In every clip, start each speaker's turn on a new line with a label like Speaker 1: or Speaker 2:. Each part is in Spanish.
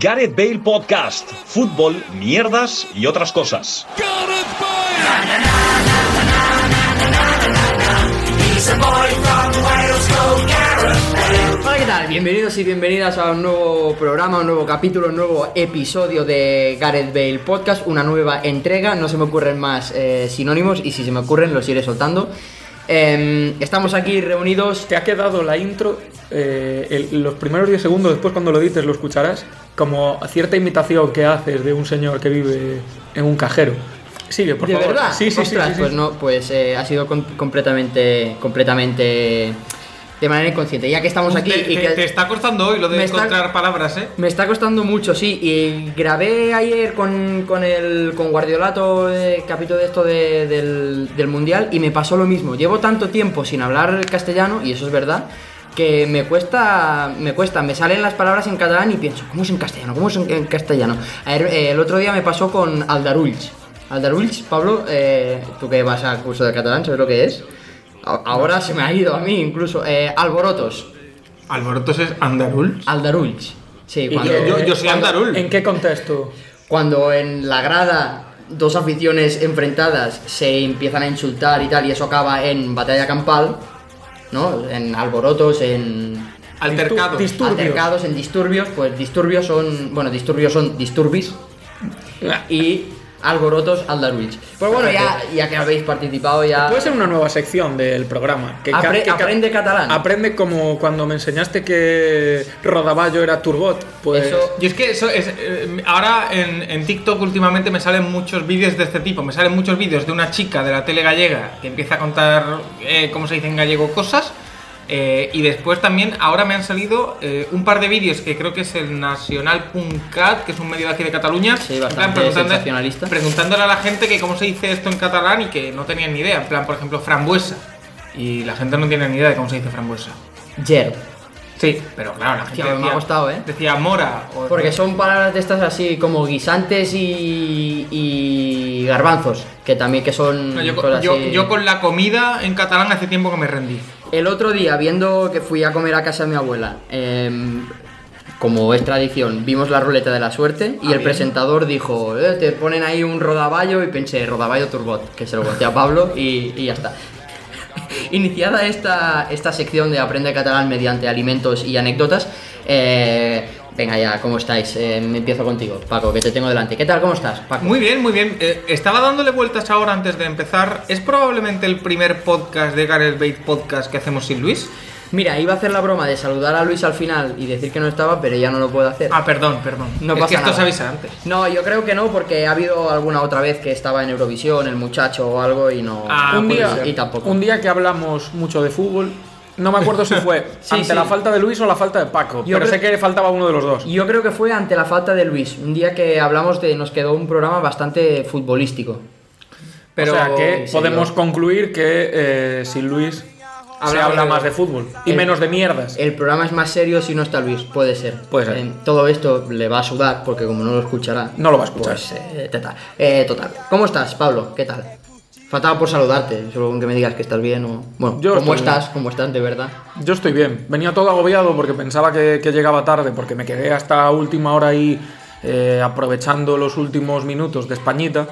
Speaker 1: Gareth Bale Podcast, fútbol, mierdas y otras cosas.
Speaker 2: Hola, ¿qué tal? Bienvenidos y bienvenidas a un nuevo programa, un nuevo capítulo, un nuevo episodio de Gareth Bale Podcast, una nueva entrega. No se me ocurren más eh, sinónimos y si se me ocurren los iré soltando. Em, estamos aquí reunidos.
Speaker 3: Te ha quedado la intro, eh, el- los primeros 10 segundos, después cuando lo dices lo escucharás, como cierta imitación que haces de un señor que vive en un cajero. Sigue, por
Speaker 2: ¿De
Speaker 3: favor.
Speaker 2: verdad?
Speaker 3: Sí, sí, sí,
Speaker 2: Ostras,
Speaker 3: sí, sí.
Speaker 2: Pues no, pues eh, ha sido com- completamente, completamente de manera inconsciente. Ya que estamos aquí
Speaker 4: Te,
Speaker 2: y
Speaker 4: te-
Speaker 2: que
Speaker 4: te está costando hoy lo de
Speaker 2: Me está-
Speaker 4: encontrar palabras, ¿eh?
Speaker 2: Me está costando mucho, sí. Y grabé ayer con, con el con Guardiolato eh, capítulo de esto de- del, del Mundial y me pasó lo mismo. Llevo tanto tiempo sin hablar castellano, y eso es verdad, que me cuesta, me cuesta, me salen las palabras en catalán y pienso, ¿cómo es en castellano? ¿Cómo es en, en castellano? Ayer, eh, el otro día me pasó con Aldarulls. Aldarulls, Pablo, eh, tú que vas a curso de catalán, ¿sabes lo que es? A- Ahora se me ha ido a mí incluso. Eh, alborotos.
Speaker 4: Alborotos es Andarul.
Speaker 2: Aldarulls. Sí,
Speaker 3: Y
Speaker 2: cuando...
Speaker 3: que-
Speaker 4: yo- yo soy
Speaker 3: cuando-
Speaker 4: Andarul.
Speaker 3: ¿En qué contexto?
Speaker 2: cuando en la grada dos aficiones enfrentadas se empiezan a insultar y tal, y eso acaba en batalla campal, ¿no? En alborotos, en
Speaker 4: Altercado.
Speaker 3: Distur- Disturbios.
Speaker 2: altercados, en disturbios, pues disturbios son, bueno, disturbios son disturbis y alborotos aldaruich. Pues bueno, ya, ya que habéis participado, ya...
Speaker 4: Pues-
Speaker 3: Puede ser una nueva sección del programa. Que ca-
Speaker 2: Apre-
Speaker 3: que ca-
Speaker 2: aprende catalán.
Speaker 3: Aprende como cuando me enseñaste que Rodaballo era Turbot. Pues
Speaker 2: Eso-
Speaker 4: Y es que eso es. eh, ahora en, en TikTok últimamente me salen muchos vídeos de este tipo. Me salen muchos vídeos de una chica de la tele gallega que empieza a contar, eh, ¿cómo se dice en gallego? Cosas. Eh, y después también, ahora me han salido eh, un par de vídeos que creo que es el nacional.cat, que es un medio de aquí de Cataluña.
Speaker 2: Sí,
Speaker 4: en plan,
Speaker 2: bastante
Speaker 4: preguntando-
Speaker 2: sensacionalista.
Speaker 4: Preguntándole a la gente que cómo se dice esto en catalán y que no tenían ni idea. En plan, por ejemplo, frambuesa. Y la gente no tiene ni idea de cómo se dice frambuesa.
Speaker 2: Yer.
Speaker 4: Sí, pero claro, la gente
Speaker 2: Hostia, me ha
Speaker 4: decía-
Speaker 2: costado, ¿eh?
Speaker 4: Decía mora o
Speaker 2: Porque son palabras de estas así como guisantes y, y garbanzos, que también que son...
Speaker 4: No, yo,
Speaker 2: cosas
Speaker 4: yo-
Speaker 2: así.
Speaker 4: yo con la comida en catalán hace tiempo que me rendí.
Speaker 2: El otro día, viendo que fui a comer a casa de mi abuela, em, como es tradición, vimos la ruleta de la
Speaker 4: Ah,
Speaker 2: suerte y el presentador dijo, "Eh, te ponen ahí un rodaballo y pensé, rodaballo turbot, que se lo conté a Pablo y, y ya está. Iniciada esta, esta sección de Aprende catalán mediante alimentos y anécdotas, eh, venga ya, ¿cómo estáis? Eh, me empiezo contigo, Paco, que te tengo delante. ¿Qué tal? ¿Cómo estás, Paco?
Speaker 4: Muy bien, muy bien. Eh, estaba dándole vueltas ahora antes de empezar. Es probablemente el primer podcast de Gareth Bate Podcast que hacemos sin Luis.
Speaker 2: Mira, iba a hacer la broma de saludar a Luis al final y decir que no estaba, pero ya no lo puedo hacer.
Speaker 4: Ah, perdón, perdón.
Speaker 2: No
Speaker 4: es
Speaker 2: pasa
Speaker 4: que esto
Speaker 2: nada.
Speaker 4: se avisa antes.
Speaker 2: No, yo creo que no, porque ha habido alguna otra vez que estaba en Eurovisión el muchacho o algo y no.
Speaker 4: Ah,
Speaker 3: un,
Speaker 2: puede
Speaker 3: día,
Speaker 2: ser. Y tampoco.
Speaker 3: un día que hablamos mucho de fútbol, no me acuerdo si fue
Speaker 2: Sí,
Speaker 3: ante
Speaker 2: sí.
Speaker 3: la falta de Luis o la falta de Paco,
Speaker 2: Yo creo-
Speaker 3: pero sé que faltaba uno de los dos.
Speaker 2: Yo creo que fue ante la falta de Luis. Un día que hablamos de. Nos quedó un programa bastante futbolístico. Pero.
Speaker 3: o sea que
Speaker 2: sí,
Speaker 3: podemos
Speaker 2: yo-
Speaker 3: concluir que eh, sin Luis se
Speaker 2: Hablamos
Speaker 3: habla
Speaker 2: de-
Speaker 3: más de fútbol y
Speaker 2: el-
Speaker 3: menos de mierdas.
Speaker 2: El programa es más serio si no está Luis, puede ser.
Speaker 3: Puede ser.
Speaker 2: Eh, todo esto le va a sudar, porque como no lo escuchará.
Speaker 3: No lo va a escuchar.
Speaker 2: Pues, eh, total. Eh, total. ¿Cómo estás, Pablo? ¿Qué tal? Faltaba por saludarte, solo con que me digas que estás bien o. Bueno,
Speaker 3: Yo
Speaker 2: ¿cómo
Speaker 3: estoy bien.
Speaker 2: estás? ¿Cómo estás de verdad?
Speaker 3: Yo estoy bien. Venía todo agobiado porque pensaba que, que llegaba tarde, porque me quedé hasta última hora ahí eh, aprovechando los últimos minutos de Españita.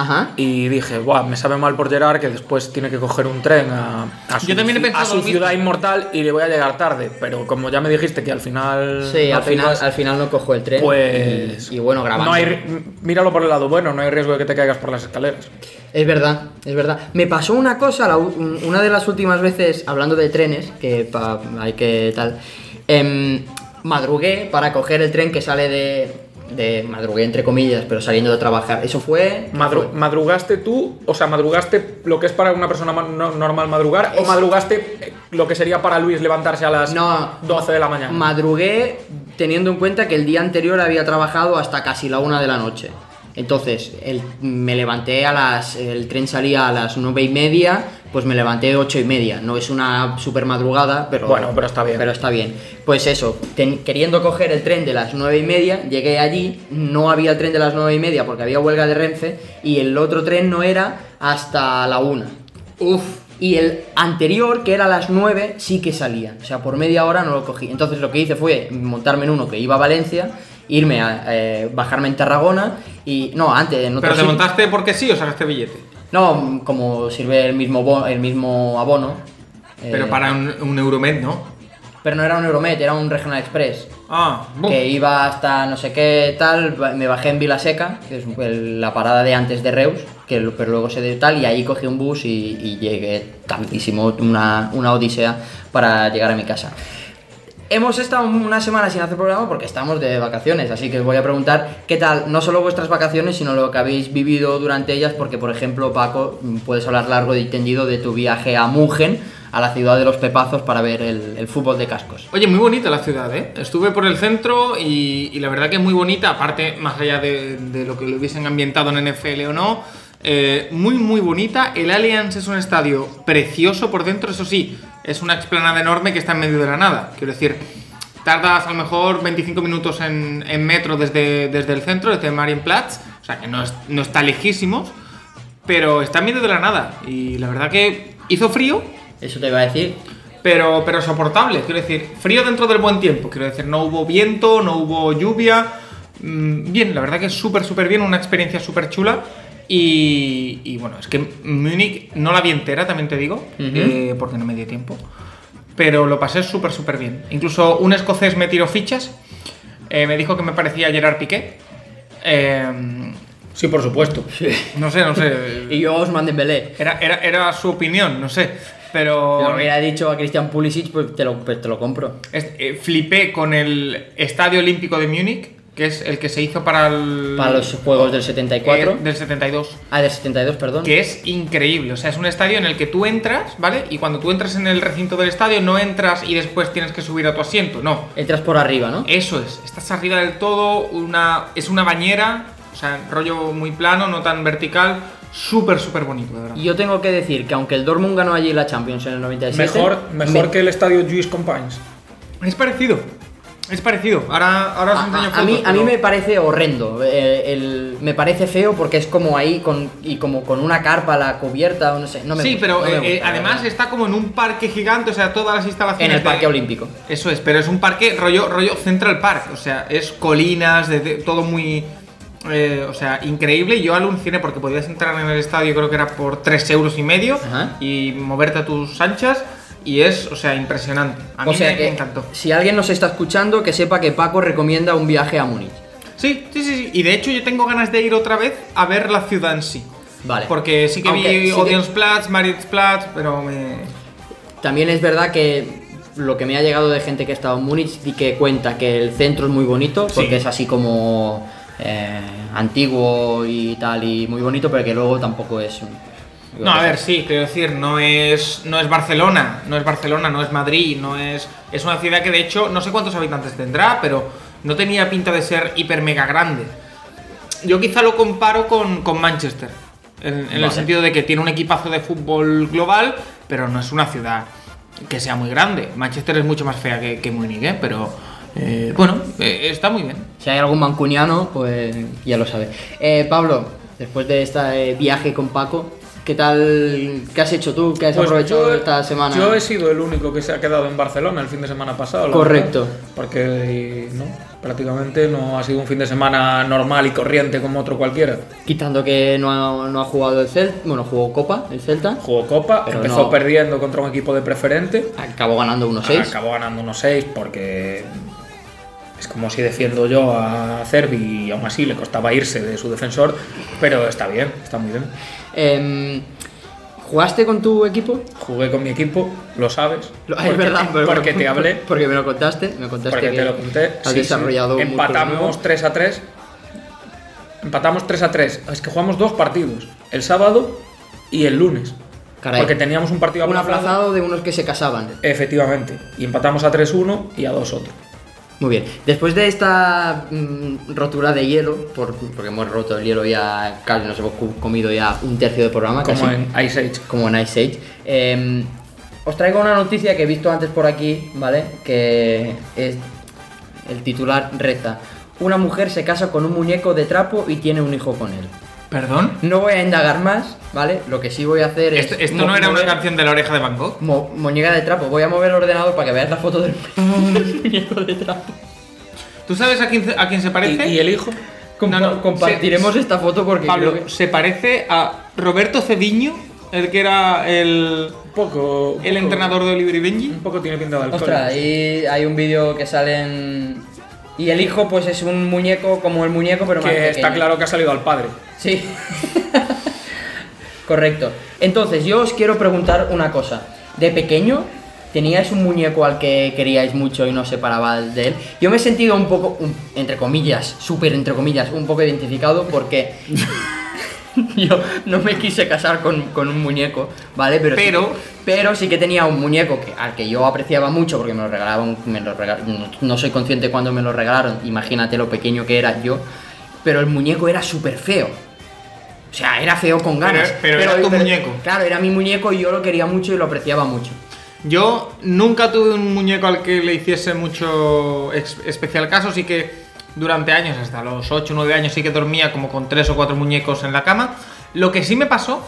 Speaker 2: Ajá.
Speaker 3: Y dije, guau, me sabe mal por Gerard que después tiene que coger un tren a, a su,
Speaker 4: Yo también he
Speaker 3: ci-
Speaker 4: pensado
Speaker 3: a su
Speaker 4: lo mismo.
Speaker 3: ciudad inmortal y le voy a llegar tarde. Pero como ya me dijiste que al final.
Speaker 2: Sí,
Speaker 3: no
Speaker 2: al
Speaker 3: te
Speaker 2: final,
Speaker 3: ibas,
Speaker 2: al final no cojo el tren.
Speaker 3: Pues.
Speaker 2: Y, y bueno, grabando.
Speaker 3: No hay, ri- míralo por el lado bueno, no hay riesgo de que te caigas por las escaleras.
Speaker 2: Es verdad, es verdad. Me pasó una cosa, la u- una de las últimas veces, hablando de trenes, que pa- hay que tal. em, madrugué para coger el tren que sale de. de madrugué, entre comillas, pero saliendo de trabajar. Eso fue.
Speaker 3: Madru- ¿Madrugaste tú? O sea, ¿madrugaste lo que es para una persona ma- no- normal madrugar? ¿O
Speaker 2: Es-
Speaker 3: madrugaste eh, lo que sería para Luis levantarse a las
Speaker 2: No.
Speaker 3: 12 de la mañana?
Speaker 2: Madrugué teniendo en cuenta que el día anterior había trabajado hasta casi la una de la noche. Entonces, el- me levanté a las. El tren salía a las nueve y media, pues me levanté ocho y media. No es una super madrugada, pero.
Speaker 3: Bueno, pero está bien.
Speaker 2: Pero está bien. Pues eso, ten- queriendo coger el tren de las nueve y media, llegué allí, no había el tren de las nueve y media porque había huelga de Renfe, y el otro tren no era hasta la una. Uf. Y el anterior, que era a las 9, sí que salía. O sea, por media hora no lo cogí. Entonces lo que hice fue montarme en uno que iba a Valencia irme a eh, bajarme en Tarragona y. No, antes, en otro
Speaker 4: Pero te
Speaker 2: sitio.
Speaker 4: montaste porque sí o sacaste billete.
Speaker 2: No, como sirve el mismo, bo- el mismo abono. eh,
Speaker 4: Pero para un, un Euromed, ¿no?
Speaker 2: Pero no era un Euromet, era un Regional Express.
Speaker 4: Ah, buf.
Speaker 2: que iba hasta no sé qué tal, ba- me bajé en Vilaseca, que es el- la parada de antes de Reus, que, lo- pero luego se dio tal, y ahí cogí un bus y, y llegué tardísimo, una, una odisea para llegar a mi casa. Hemos estado una semana sin hacer programa porque estamos de vacaciones, así que os voy a preguntar qué tal, no solo vuestras vacaciones, sino lo que habéis vivido durante ellas, porque por ejemplo, Paco, mm, puedes hablar largo y tendido de tu viaje a Mugen, a la ciudad de los pepazos, para ver el, el fútbol de cascos.
Speaker 4: Oye, muy bonita la ciudad, ¿eh? Estuve por el centro y, y la verdad que es muy bonita, aparte, más allá de, de lo que lo hubiesen ambientado en NFL o no, eh, muy, muy bonita. El Allianz es un estadio precioso por dentro, eso sí, es una explanada enorme que está en medio de la nada. Quiero decir, tardas a lo mejor 25 minutos en, en metro desde, desde el centro, desde Marienplatz, o sea que no, es- no está lejísimos, pero está en medio de la nada y la verdad que hizo frío,
Speaker 2: Eso te iba a decir,
Speaker 4: pero, pero soportable, quiero decir, frío dentro del buen tiempo, quiero decir, no hubo viento, no hubo lluvia, mm, bien, la verdad que súper, súper bien, una experiencia súper chula. Y, y bueno, es que Múnich no la vi entera, también te digo, eh, porque no me dio tiempo, pero lo pasé súper, súper bien. Incluso un escocés me tiró fichas, eh, me dijo que me parecía Gerard Piqué. eh,
Speaker 3: Sí, por supuesto.
Speaker 4: no sé, no sé.
Speaker 2: Y yo Osman Dembélé.
Speaker 4: Era, era, era su opinión, no sé. Pero.
Speaker 2: Lo hubiera dicho a Christian Pulisic, pues te lo, pues te lo compro.
Speaker 4: Es- eh, flipé con el Estadio Olímpico de Múnich, que es el que se hizo para el.
Speaker 2: Para los juegos del 74.
Speaker 4: eh, del 72.
Speaker 2: Ah, del 72, perdón.
Speaker 4: Que es increíble. O sea, es un estadio en el que tú entras, ¿vale? Y cuando tú entras en el recinto del estadio, no entras y después tienes que subir a tu asiento. No.
Speaker 2: Entras por arriba, ¿no?
Speaker 4: Eso es. Estás arriba del todo. Una, es una bañera. O sea, rollo muy plano, no tan vertical. Súper, súper bonito, de verdad.
Speaker 2: Y yo tengo que decir que aunque el Dortmund ganó allí la Champions en el 97.
Speaker 3: Mejor, mejor
Speaker 2: me-
Speaker 3: que el estadio Juiz Compines.
Speaker 4: Es parecido. Es parecido. Ahora, ahora os
Speaker 2: A,
Speaker 4: enseño
Speaker 2: a- a mí,
Speaker 4: fotos,
Speaker 2: a mí
Speaker 4: pero-
Speaker 2: me parece horrendo. eh, el- me parece feo porque es como ahí con, y como con una carpa a la cubierta o no sé. No me
Speaker 4: sí,
Speaker 2: gusta,
Speaker 4: pero
Speaker 2: no me
Speaker 4: eh, eh,
Speaker 2: gusta, la
Speaker 4: además
Speaker 2: verdad.
Speaker 4: está como en un parque gigante, o sea, todas las instalaciones.
Speaker 2: en el
Speaker 4: de-
Speaker 2: Parque Olímpico.
Speaker 4: Eso es, pero es un parque rollo, rollo Central Park, o sea, es colinas, de, de- todo muy. eh, o sea, increíble. Y Yo aluciné porque podías entrar en el estadio, creo que era por 3 euros y medio,
Speaker 2: Ajá.
Speaker 4: y moverte a tus anchas, y es, o sea, impresionante. A mí
Speaker 2: o sea
Speaker 4: me,
Speaker 2: que
Speaker 4: me encantó.
Speaker 2: si alguien nos está escuchando, que sepa que Paco recomienda un viaje a Múnich.
Speaker 4: Sí, sí, sí, sí. Y de hecho, yo tengo ganas de ir otra vez a ver la ciudad en sí.
Speaker 2: Vale.
Speaker 4: Porque sí que
Speaker 2: Aunque sí
Speaker 4: vi
Speaker 2: que-
Speaker 4: Odeonsplatz, Maritzplatz, pero me.
Speaker 2: También es verdad que lo que me ha llegado de gente que ha estado en Múnich y que cuenta que el centro es muy bonito,
Speaker 4: Sí.
Speaker 2: porque es así como eh, antiguo y tal, y muy bonito, pero que luego tampoco es. un-
Speaker 4: No, a ver, sí, quiero decir, no es, no es Barcelona, no es Barcelona, no es Madrid, no es. Es una ciudad que de hecho no sé cuántos habitantes tendrá, pero no tenía pinta de ser hiper mega grande. Yo quizá lo comparo con, con Manchester, en, en
Speaker 2: Vale.
Speaker 4: el sentido de que tiene un equipazo de fútbol global, pero no es una ciudad que sea muy grande. Manchester es mucho más fea que, que Múnich, ¿eh? pero eh, bueno, eh, está muy bien.
Speaker 2: Si hay algún mancuniano, pues ya lo sabe. Eh, Pablo, después de este eh, viaje con Paco, ¿qué tal? ¿Qué has hecho tú? ¿Qué has
Speaker 3: Pues
Speaker 2: aprovechado
Speaker 3: yo-
Speaker 2: esta semana?
Speaker 3: Yo he sido el único que se ha quedado en Barcelona el fin de semana pasado. la
Speaker 2: Correcto.
Speaker 3: verdad, porque eh, no, prácticamente no ha sido un fin de semana normal y corriente como otro cualquiera.
Speaker 2: Quitando que no ha, no ha jugado el Celta, bueno, jugó Copa, el Celta,
Speaker 3: Jugó Copa,
Speaker 2: Pero
Speaker 3: empezó
Speaker 2: no.
Speaker 3: perdiendo contra un equipo de preferente.
Speaker 2: acabó ganando 1-6.
Speaker 3: Acabó ganando unos 6 porque es como si defiendo yo a Cervi y aún así le costaba irse de su defensor, pero está bien, está muy bien.
Speaker 2: Em, ¿Jugaste con tu equipo?
Speaker 3: Jugué con mi equipo, lo sabes.
Speaker 2: Lo-
Speaker 3: porque-
Speaker 2: es verdad, pero-
Speaker 3: porque te hablé.
Speaker 2: Porque me lo contaste, me contaste
Speaker 3: Porque
Speaker 2: que
Speaker 3: te lo conté.
Speaker 2: has
Speaker 3: sí, sí.
Speaker 2: desarrollado un músculo nuevo.
Speaker 3: Empatamos 3 a 3. Empatamos 3 a 3. Es que jugamos dos partidos. El sábado y el lunes.
Speaker 2: Caray.
Speaker 3: Porque teníamos un partido
Speaker 2: un aplazado de unos que se casaban.
Speaker 3: Efectivamente. Y empatamos a 3-1 y a 2 otro.
Speaker 2: Muy bien. Después de esta mm, rotura de hielo, por- porque hemos roto el hielo ya, casi nos hemos cu- comido ya un tercio de programa,
Speaker 3: Como
Speaker 2: casi,
Speaker 3: en Ice Age.
Speaker 2: como en Ice Age. Em, os traigo una noticia que he visto antes por aquí, ¿vale? Que es el titular reza. Una mujer se casa con un muñeco de trapo y tiene un hijo con él.
Speaker 4: ¿Perdón?
Speaker 2: No voy a indagar más, ¿vale? Lo que sí voy a hacer es.
Speaker 4: Esto, esto no
Speaker 2: mo-
Speaker 4: era una
Speaker 2: mover-
Speaker 4: canción de la oreja de Van Gogh.
Speaker 2: mo- muñeca de trapo. Voy a mover el ordenador para que veas la foto del, del muñeco de trapo.
Speaker 4: ¿Tú sabes a quién, a quién se
Speaker 3: ¿Y,
Speaker 4: parece?
Speaker 3: y el hijo?
Speaker 4: No, no,
Speaker 2: Compartiremos
Speaker 4: se-
Speaker 2: esta foto porque Eh, creo
Speaker 4: Pablo,
Speaker 2: que-
Speaker 4: se parece a Roberto Cediño, el que era el,
Speaker 3: Un poco. un
Speaker 4: el
Speaker 3: poco-
Speaker 4: entrenador de Oliver y Benji.
Speaker 3: Un poco tiene pinta de alcohol.
Speaker 2: Ostras, ahí hay un vídeo que salen. Y el hijo, pues es un muñeco como el muñeco, pero más
Speaker 3: que está
Speaker 2: pequeño.
Speaker 3: claro que ha salido al padre.
Speaker 2: Sí. Correcto. Entonces, yo os quiero preguntar una cosa. De pequeño, ¿teníais un muñeco al que queríais mucho y no os separaba de él? Yo me he sentido un poco, un- entre comillas, súper entre comillas, un poco identificado porque yo no me quise casar con, con un muñeco, ¿vale? Pero, sí-
Speaker 4: Pero-
Speaker 2: pero sí que tenía un muñeco que, al que yo apreciaba mucho porque me lo regalaban, me lo rega- no- no soy consciente cuando me lo regalaron, imagínate lo pequeño que era yo, pero el muñeco era súper feo. O sea, era feo con ganas.
Speaker 4: Pero- pero era tu muñeco.
Speaker 2: Claro, era mi muñeco y yo lo quería mucho y lo apreciaba mucho.
Speaker 4: Yo nunca tuve un muñeco al que le hiciese mucho ex- especial caso, sí que durante años, hasta los 8 o 9 años, sí que dormía como con 3 o 4 muñecos en la cama. Lo que sí me pasó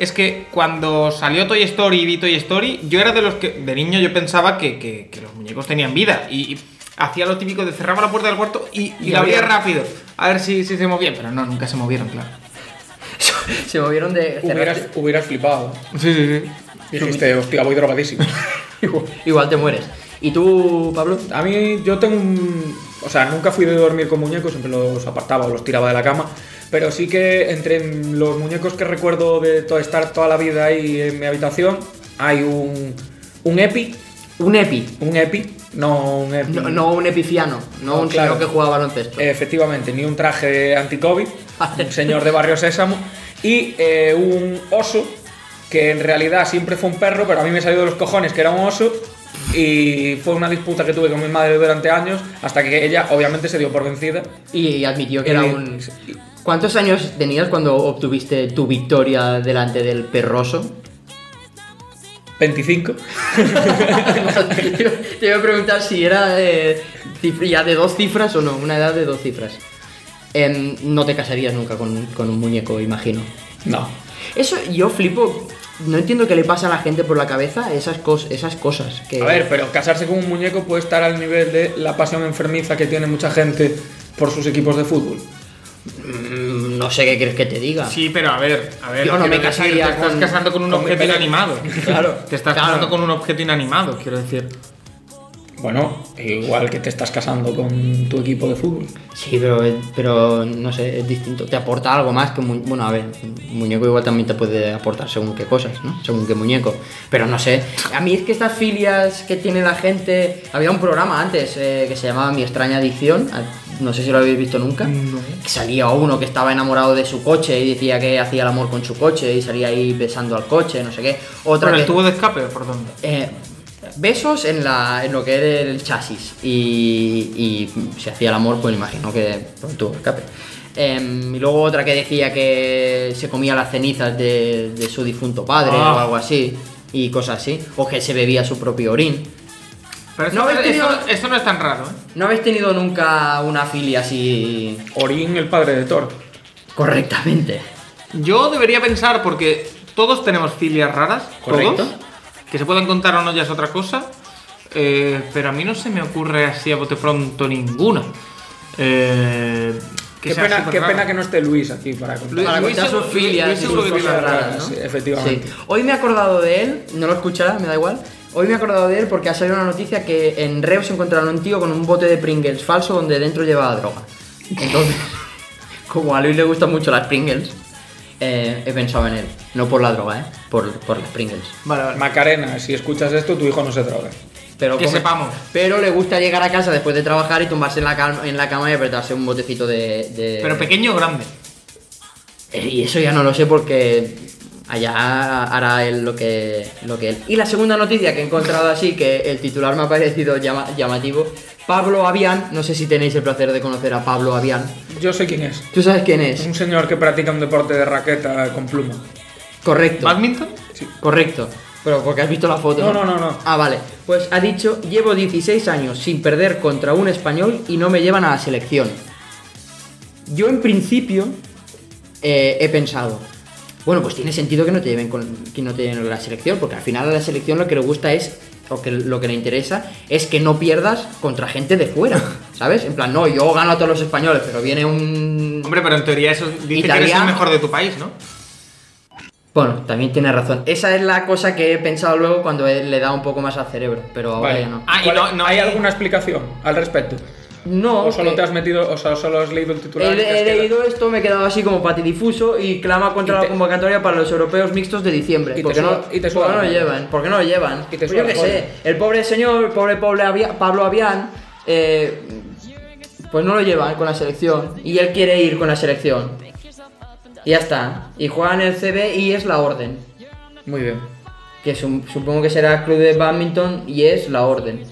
Speaker 4: es que cuando salió Toy Story y vi Toy Story, yo era de los que, de niño, yo pensaba que, que- que los muñecos tenían vida y, y hacía lo típico de cerraba la puerta del cuarto y, y
Speaker 2: Y
Speaker 4: la abría
Speaker 2: abría.
Speaker 4: rápido, a ver si, si se movían, pero no, nunca se movieron, claro.
Speaker 2: Se movieron de...
Speaker 3: Hubieras, hubieras flipado.
Speaker 4: Sí, sí, sí.
Speaker 3: Dijiste, hostia, voy drogadísimo.
Speaker 2: Igual te mueres. ¿Y tú, Pablo?
Speaker 3: A mí, yo tengo un. O sea, nunca fui de dormir con muñecos, siempre los apartaba o los tiraba de la cama. Pero sí que entre los muñecos que recuerdo de to- estar toda la vida ahí en mi habitación, hay un. Un Epi.
Speaker 2: Un epi.
Speaker 3: Un Epi. No un Epi.
Speaker 2: No, no un epiciano, no
Speaker 3: No,
Speaker 2: un
Speaker 3: claro.
Speaker 2: señor que jugaba baloncesto.
Speaker 4: Eh,
Speaker 3: Eh, Efectivamente, ni un traje anti-COVID,
Speaker 2: Vale.
Speaker 3: un señor de Barrio Sésamo, y eh, un oso, que en realidad siempre fue un perro, pero a mí me salió de los cojones que era un oso, y fue una disputa que tuve con mi madre durante años, hasta que ella obviamente se dio por vencida.
Speaker 2: Y admitió que era
Speaker 3: Eh,
Speaker 2: un... ¿Cuántos años tenías cuando obtuviste tu victoria delante del perroso?
Speaker 3: 25.
Speaker 2: te voy a preguntar si era eh, cifra- ya de dos cifras o no, una edad de dos cifras. Em, no te casarías nunca con, con un muñeco, imagino.
Speaker 3: No.
Speaker 2: Eso yo flipo, no entiendo qué le pasa a la gente por la cabeza esas, cos- esas cosas. Que...
Speaker 3: A ver, pero casarse con un muñeco puede estar al nivel de la pasión enfermiza que tiene mucha gente por sus equipos de fútbol.
Speaker 2: Mm, no sé qué quieres que te diga.
Speaker 4: Sí, pero a ver, a ver.
Speaker 2: Yo no me
Speaker 4: quiero decir,
Speaker 2: casaría
Speaker 4: Te estás
Speaker 2: con-
Speaker 4: casando con un
Speaker 3: con mi
Speaker 4: objeto
Speaker 3: pelo.
Speaker 4: inanimado.
Speaker 2: Claro,
Speaker 4: Te estás
Speaker 2: claro.
Speaker 4: casando con un objeto inanimado, quiero decir.
Speaker 3: Bueno, igual que te estás casando con tu equipo de fútbol.
Speaker 2: Sí, pero, pero no sé, es distinto. Te aporta algo más que un mu- Bueno, a ver, un muñeco igual también te puede aportar según qué cosas, ¿no? Según qué muñeco. Pero no sé. A mí es que estas filias que tiene la gente. Había un programa antes eh, que se llamaba Mi extraña adicción. a- No sé si lo habéis visto nunca. Que salía uno que estaba enamorado de su coche y decía que hacía el amor con su coche y salía ahí besando al coche, no sé qué. Otra
Speaker 4: ¿Por el
Speaker 2: que-
Speaker 4: tubo de escape o por dónde?
Speaker 2: eh, besos en, la, en lo que era el chasis y, y se hacía el amor, pues imagino que por el tubo de escape. Em, y luego otra que decía que se comía las cenizas de, de su difunto padre
Speaker 4: Ah.
Speaker 2: o algo así y cosas así, o que se bebía su propio orín.
Speaker 4: Pero eso,
Speaker 2: No habéis
Speaker 4: eso-
Speaker 2: tenido-
Speaker 4: eso no es tan raro, ¿eh?
Speaker 2: ¿No habéis tenido nunca una filia así
Speaker 3: Orín, el padre de Thor.
Speaker 2: correctamente?
Speaker 4: Yo debería pensar, porque todos tenemos filias raras,
Speaker 3: Correcto.
Speaker 4: todos, que se pueden contar o no ya es otra cosa, eh, pero a mí no se me ocurre así a bote pronto ninguna. Eh, que
Speaker 3: Qué,
Speaker 4: sea
Speaker 3: pena,
Speaker 4: súper
Speaker 3: qué
Speaker 4: rara.
Speaker 3: pena que no esté Luis aquí para contar.
Speaker 4: Luis-
Speaker 2: Para contar
Speaker 4: seguro-
Speaker 2: sus filias
Speaker 4: Luis
Speaker 2: y
Speaker 4: seguro
Speaker 2: sus
Speaker 4: que tiene
Speaker 2: cosas
Speaker 3: raras,
Speaker 2: raras, ¿no?
Speaker 3: sí, efectivamente.
Speaker 2: Sí. Hoy me he acordado de él, no lo escuchará, me da igual. Hoy me he acordado de él porque ha salido una noticia que en Reus encontraron a un tío con un bote de Pringles falso donde dentro llevaba droga. Entonces, como a Luis le gustan mucho las Pringles, eh, he pensado en él. No por la droga, ¿eh? Por, por las Pringles.
Speaker 4: Vale, vale.
Speaker 3: Macarena, si escuchas esto, tu hijo no se droga.
Speaker 2: Pero
Speaker 4: Que sepamos.
Speaker 2: Pero le gusta llegar a casa después de trabajar y tumbarse en la, cal- en la cama y apretarse un botecito de... de-
Speaker 4: Pero pequeño o grande.
Speaker 2: Eh, Y eso ya no lo sé porque allá hará él lo que, lo que él. Y la segunda noticia que he encontrado así, que el titular me ha parecido llama- llamativo, Pablo Avián, no sé si tenéis el placer de conocer a Pablo Avián.
Speaker 3: Yo sé quién es.
Speaker 2: ¿Tú sabes quién
Speaker 3: Es
Speaker 2: es?
Speaker 3: un señor que practica un deporte de raqueta con pluma.
Speaker 2: Correcto.
Speaker 4: ¿Badminton?
Speaker 2: Correcto. Pero porque has visto la foto.
Speaker 3: No, no, no, no.
Speaker 2: Ah, vale. Pues ha dicho, llevo 16 años sin perder contra un español y no me llevan a la selección. Yo en principio eh, he pensado, bueno, pues tiene sentido que no te lleven con, que no te lleven a la selección, porque al final a la selección lo que le gusta es, o que lo que le interesa, es que no pierdas contra gente de fuera. ¿Sabes? En plan, no, yo gano a todos los españoles, pero viene un.
Speaker 4: Hombre, pero en teoría eso dice que eres el
Speaker 2: Italiano.
Speaker 4: mejor de tu país, ¿no?
Speaker 2: Bueno, también tiene razón. Esa es la cosa que he pensado luego cuando he- le da un poco más al cerebro, pero ahora
Speaker 3: Vale.
Speaker 2: ya no.
Speaker 4: Ah, y
Speaker 3: ¿Cuál-
Speaker 4: no- no
Speaker 3: ¿Hay
Speaker 4: hay-
Speaker 3: alguna explicación al respecto?
Speaker 2: No,
Speaker 3: ¿O solo
Speaker 2: que
Speaker 3: te has metido, o sea, solo has leído el titular? y te has
Speaker 2: he, he
Speaker 3: quedado-
Speaker 2: leído esto, me he quedado así como patidifuso y clama contra
Speaker 3: Y te-
Speaker 2: la convocatoria para los europeos mixtos de diciembre.
Speaker 3: Y te
Speaker 2: porque
Speaker 3: suda-
Speaker 2: no,
Speaker 3: y te
Speaker 2: ¿por qué
Speaker 3: suda
Speaker 2: no
Speaker 3: la
Speaker 2: lo
Speaker 3: polla.
Speaker 2: llevan? ¿Por qué no lo llevan?
Speaker 3: Y te
Speaker 2: Pues
Speaker 3: suda
Speaker 2: yo
Speaker 3: la
Speaker 2: qué
Speaker 3: polla.
Speaker 2: sé, el pobre señor, el pobre Pablo, Avia- Pablo Avián, eh, pues no lo llevan con la selección y él quiere ir con la selección. Y ya está. Y juegan el CB y es la orden.
Speaker 3: Muy bien.
Speaker 2: que su- supongo que será club de badminton y es la orden.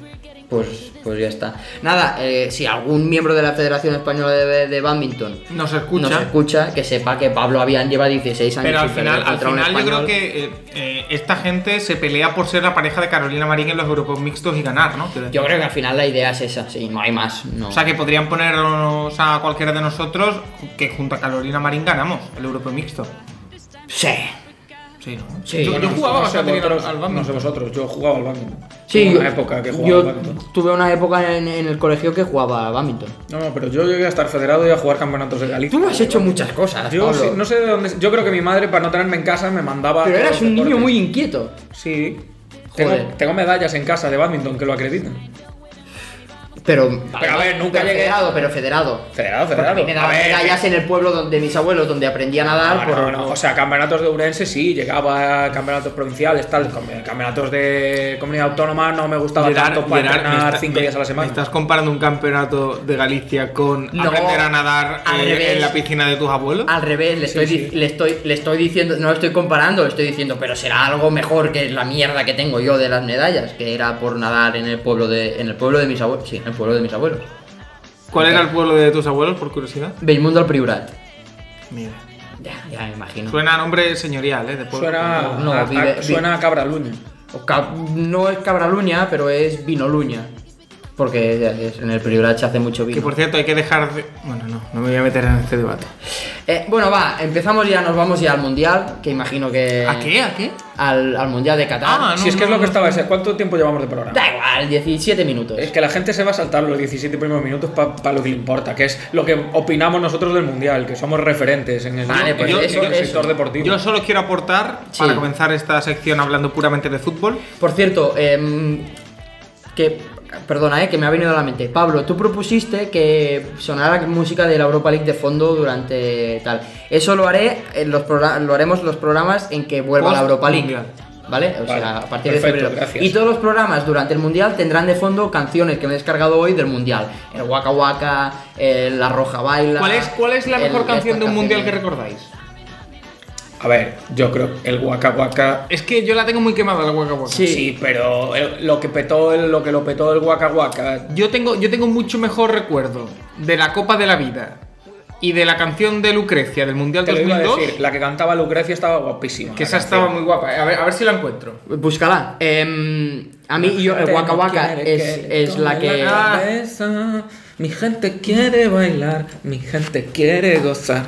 Speaker 2: Pues, pues ya está. Nada, eh, si algún miembro de la Federación Española de, de Badminton
Speaker 4: Nos escucha.
Speaker 2: nos escucha, que sepa que Pablo Avian lleva 16 años.
Speaker 4: Pero al
Speaker 2: sin perder
Speaker 4: final, al
Speaker 2: contra un
Speaker 4: final yo creo
Speaker 2: español.
Speaker 4: que eh, eh, esta gente se pelea por ser la pareja de Carolina Marín en los grupos mixtos y ganar, ¿no? Quiero decir.
Speaker 2: Yo creo que al final la idea es esa, sí, no hay más. No.
Speaker 4: O sea, que podrían ponernos a cualquiera de nosotros que junto a Carolina Marín ganamos el Europeo Mixto.
Speaker 2: Sí.
Speaker 4: Sí, ¿no?
Speaker 2: Sí.
Speaker 4: yo, yo
Speaker 2: Bueno,
Speaker 4: jugaba
Speaker 3: no sé
Speaker 4: bastante bien al,
Speaker 3: vosotros-
Speaker 4: al
Speaker 3: No sé
Speaker 4: badminton.
Speaker 3: vosotros, yo jugaba al badminton.
Speaker 2: Sí,
Speaker 3: Hubo
Speaker 2: yo,
Speaker 3: una época que jugaba
Speaker 2: yo
Speaker 3: al badminton.
Speaker 2: tuve una época en, en el colegio que jugaba a badminton.
Speaker 3: No, no, pero yo llegué a estar federado y a jugar campeonatos de Galicia.
Speaker 2: Tú has hecho muchas cosas,
Speaker 3: Yo
Speaker 2: Pablo.
Speaker 3: sí- no sé de dónde. Yo creo que mi madre, para no tenerme en casa, me mandaba. a
Speaker 2: Pero
Speaker 3: todos
Speaker 2: eras
Speaker 3: los
Speaker 2: un niño
Speaker 3: deportes.
Speaker 2: muy inquieto.
Speaker 3: Sí.
Speaker 2: Joder.
Speaker 3: Tengo, tengo medallas en casa de badminton que lo acreditan.
Speaker 2: Pero,
Speaker 3: Pero a ver, nunca llegué-
Speaker 2: Federado, pero federado.
Speaker 3: Federado,
Speaker 2: Porque a
Speaker 3: federado.
Speaker 2: mí me daban
Speaker 3: A ver,
Speaker 2: Pues medallas en el pueblo donde mis abuelos, donde aprendí a nadar.
Speaker 3: No,
Speaker 2: por-
Speaker 3: no, no, O sea, campeonatos de Urense sí, llegaba a campeonatos provinciales, tal. Campe- Campeonatos de comunidad autónoma no me gustaba
Speaker 4: Gerard-
Speaker 3: tanto para
Speaker 4: Gerard, me
Speaker 3: entrenar
Speaker 4: está-
Speaker 3: cinco
Speaker 4: me-
Speaker 3: días a la
Speaker 4: me
Speaker 3: semana.
Speaker 4: estás comparando un campeonato de Galicia con
Speaker 2: No,
Speaker 4: aprender a nadar
Speaker 2: al
Speaker 4: eh,
Speaker 2: revés.
Speaker 4: en la piscina de tus abuelos.
Speaker 2: Al revés, le estoy, di- Le, estoy, le estoy diciendo, no lo estoy comparando, le estoy diciendo, pero será algo mejor que la mierda que tengo yo de las medallas, que era por nadar en el pueblo de, en el pueblo de mis abuelos. Sí, en el pueblo de mis abuelos.
Speaker 4: ¿Cuál era el pueblo de tus abuelos, por curiosidad?
Speaker 2: Beismundo al Priorat.
Speaker 4: Mira.
Speaker 2: Ya, ya me imagino.
Speaker 4: Suena a nombre señorial, ¿eh? De pueblo.
Speaker 3: Suena,
Speaker 2: No,
Speaker 3: a, a-
Speaker 2: vive-
Speaker 3: suena a Cabraluña.
Speaker 2: O ca- no es Cabraluña, pero es Vinoluña. Porque ya es- en el Priorat se hace mucho vino.
Speaker 4: Que por cierto, hay que dejar de. Bueno, no, no me voy a meter en este debate.
Speaker 2: Eh, bueno, va, empezamos ya, nos vamos ya al Mundial, que imagino que...
Speaker 4: ¿A qué? ¿A qué?
Speaker 2: Al, al Mundial de Qatar.
Speaker 4: Ah, no,
Speaker 3: si es que es lo que estaba ese, ¿cuánto tiempo llevamos de programa?
Speaker 2: Da igual, 17 minutos.
Speaker 3: Es que la gente se va a saltar los 17 primeros minutos para lo que le importa, que es lo que opinamos nosotros del Mundial, que somos referentes en el,
Speaker 2: Vale,
Speaker 3: en
Speaker 2: pues
Speaker 3: el-
Speaker 2: eso-
Speaker 3: en el
Speaker 2: eso.
Speaker 3: sector deportivo.
Speaker 4: Yo solo quiero aportar,
Speaker 2: Sí.
Speaker 4: para comenzar esta sección hablando puramente de fútbol,
Speaker 2: Por cierto, em, que. Perdona, eh, que me ha venido a la mente. Pablo, tú propusiste que sonara música de la Europa League de fondo durante tal. Eso lo haré en los progra- lo haremos los programas en que vuelva
Speaker 4: Post
Speaker 2: la Europa League.
Speaker 4: Mundial.
Speaker 2: ¿Vale? O
Speaker 3: Vale,
Speaker 2: sea, a partir
Speaker 3: perfecto,
Speaker 2: de febrero.
Speaker 3: gracias.
Speaker 2: Y todos los programas durante el Mundial tendrán de fondo canciones que me he descargado hoy del Mundial. El Waka Waka, el La Roja Baila.
Speaker 4: ¿Cuál es, ¿Cuál es la
Speaker 2: el-
Speaker 4: mejor canción
Speaker 2: estas
Speaker 4: de un mundial que
Speaker 2: canciones.
Speaker 4: recordáis?
Speaker 3: A ver, yo creo que el Waka Waka.
Speaker 4: Es que yo la tengo muy quemada, la Waka Waka.
Speaker 2: Sí.
Speaker 3: Sí, pero el- lo que petó el, lo que lo petó el Waka Waka.
Speaker 4: Yo tengo, yo tengo mucho mejor recuerdo de la Copa de la Vida y de la canción de Lucrecia del Mundial
Speaker 3: Te lo iba a
Speaker 4: 2002,
Speaker 3: decir, la que cantaba Lucrecia estaba guapísima.
Speaker 4: que
Speaker 3: la
Speaker 4: esa
Speaker 3: canción.
Speaker 4: estaba muy guapa. A ver, a ver si la encuentro.
Speaker 2: Búscala. Em, a mí, yo, el
Speaker 3: gente
Speaker 2: Waka
Speaker 3: no
Speaker 2: Waka
Speaker 3: quiere
Speaker 2: es,
Speaker 3: le
Speaker 2: es la
Speaker 3: tome
Speaker 2: que.
Speaker 3: cabeza. Mi gente quiere bailar, mi gente quiere gozar.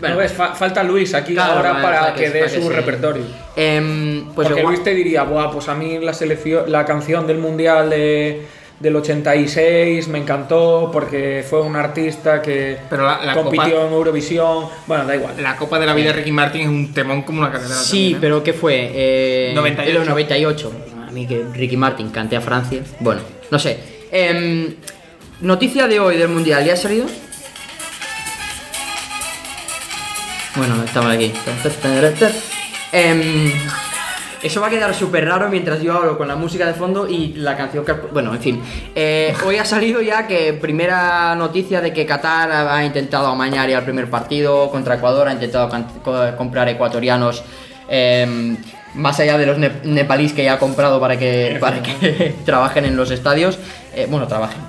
Speaker 2: Bueno.
Speaker 3: ¿No ves? Fa- falta Luis aquí
Speaker 2: Claro,
Speaker 3: ahora
Speaker 2: vale,
Speaker 3: para que
Speaker 2: es-
Speaker 3: dé
Speaker 2: para
Speaker 3: su
Speaker 2: sí.
Speaker 3: repertorio.
Speaker 2: Em, pues
Speaker 3: Porque
Speaker 2: el Wa-
Speaker 3: Luis te diría, Buah, pues a mí la, selección, la canción del Mundial de- del 86 me encantó porque fue un artista que
Speaker 4: Pero la- la
Speaker 3: compitió
Speaker 4: Copa-
Speaker 3: en Eurovisión. Bueno, da igual.
Speaker 4: La Copa de la Vida de Ricky Martin es un temón como una catedral.
Speaker 2: Sí,
Speaker 4: también, ¿eh?
Speaker 2: pero ¿qué fue? Eh,
Speaker 4: 98.
Speaker 2: el 98. A mí que Ricky Martin cante a Francia. Bueno, no sé. Em, noticia de hoy del Mundial, ¿ya ha salido? Bueno, estamos aquí. Em, eso va a quedar súper raro mientras yo hablo con la música de fondo y la canción que... Bueno, en fin. Eh, hoy ha salido ya que primera noticia de que Qatar ha ha intentado amañar ya el primer partido contra Ecuador, ha intentado can- co- comprar ecuatorianos em, más allá de los ne- nepalíes que ya ha comprado para que, para que trabajen en los estadios. Eh, bueno, trabajen,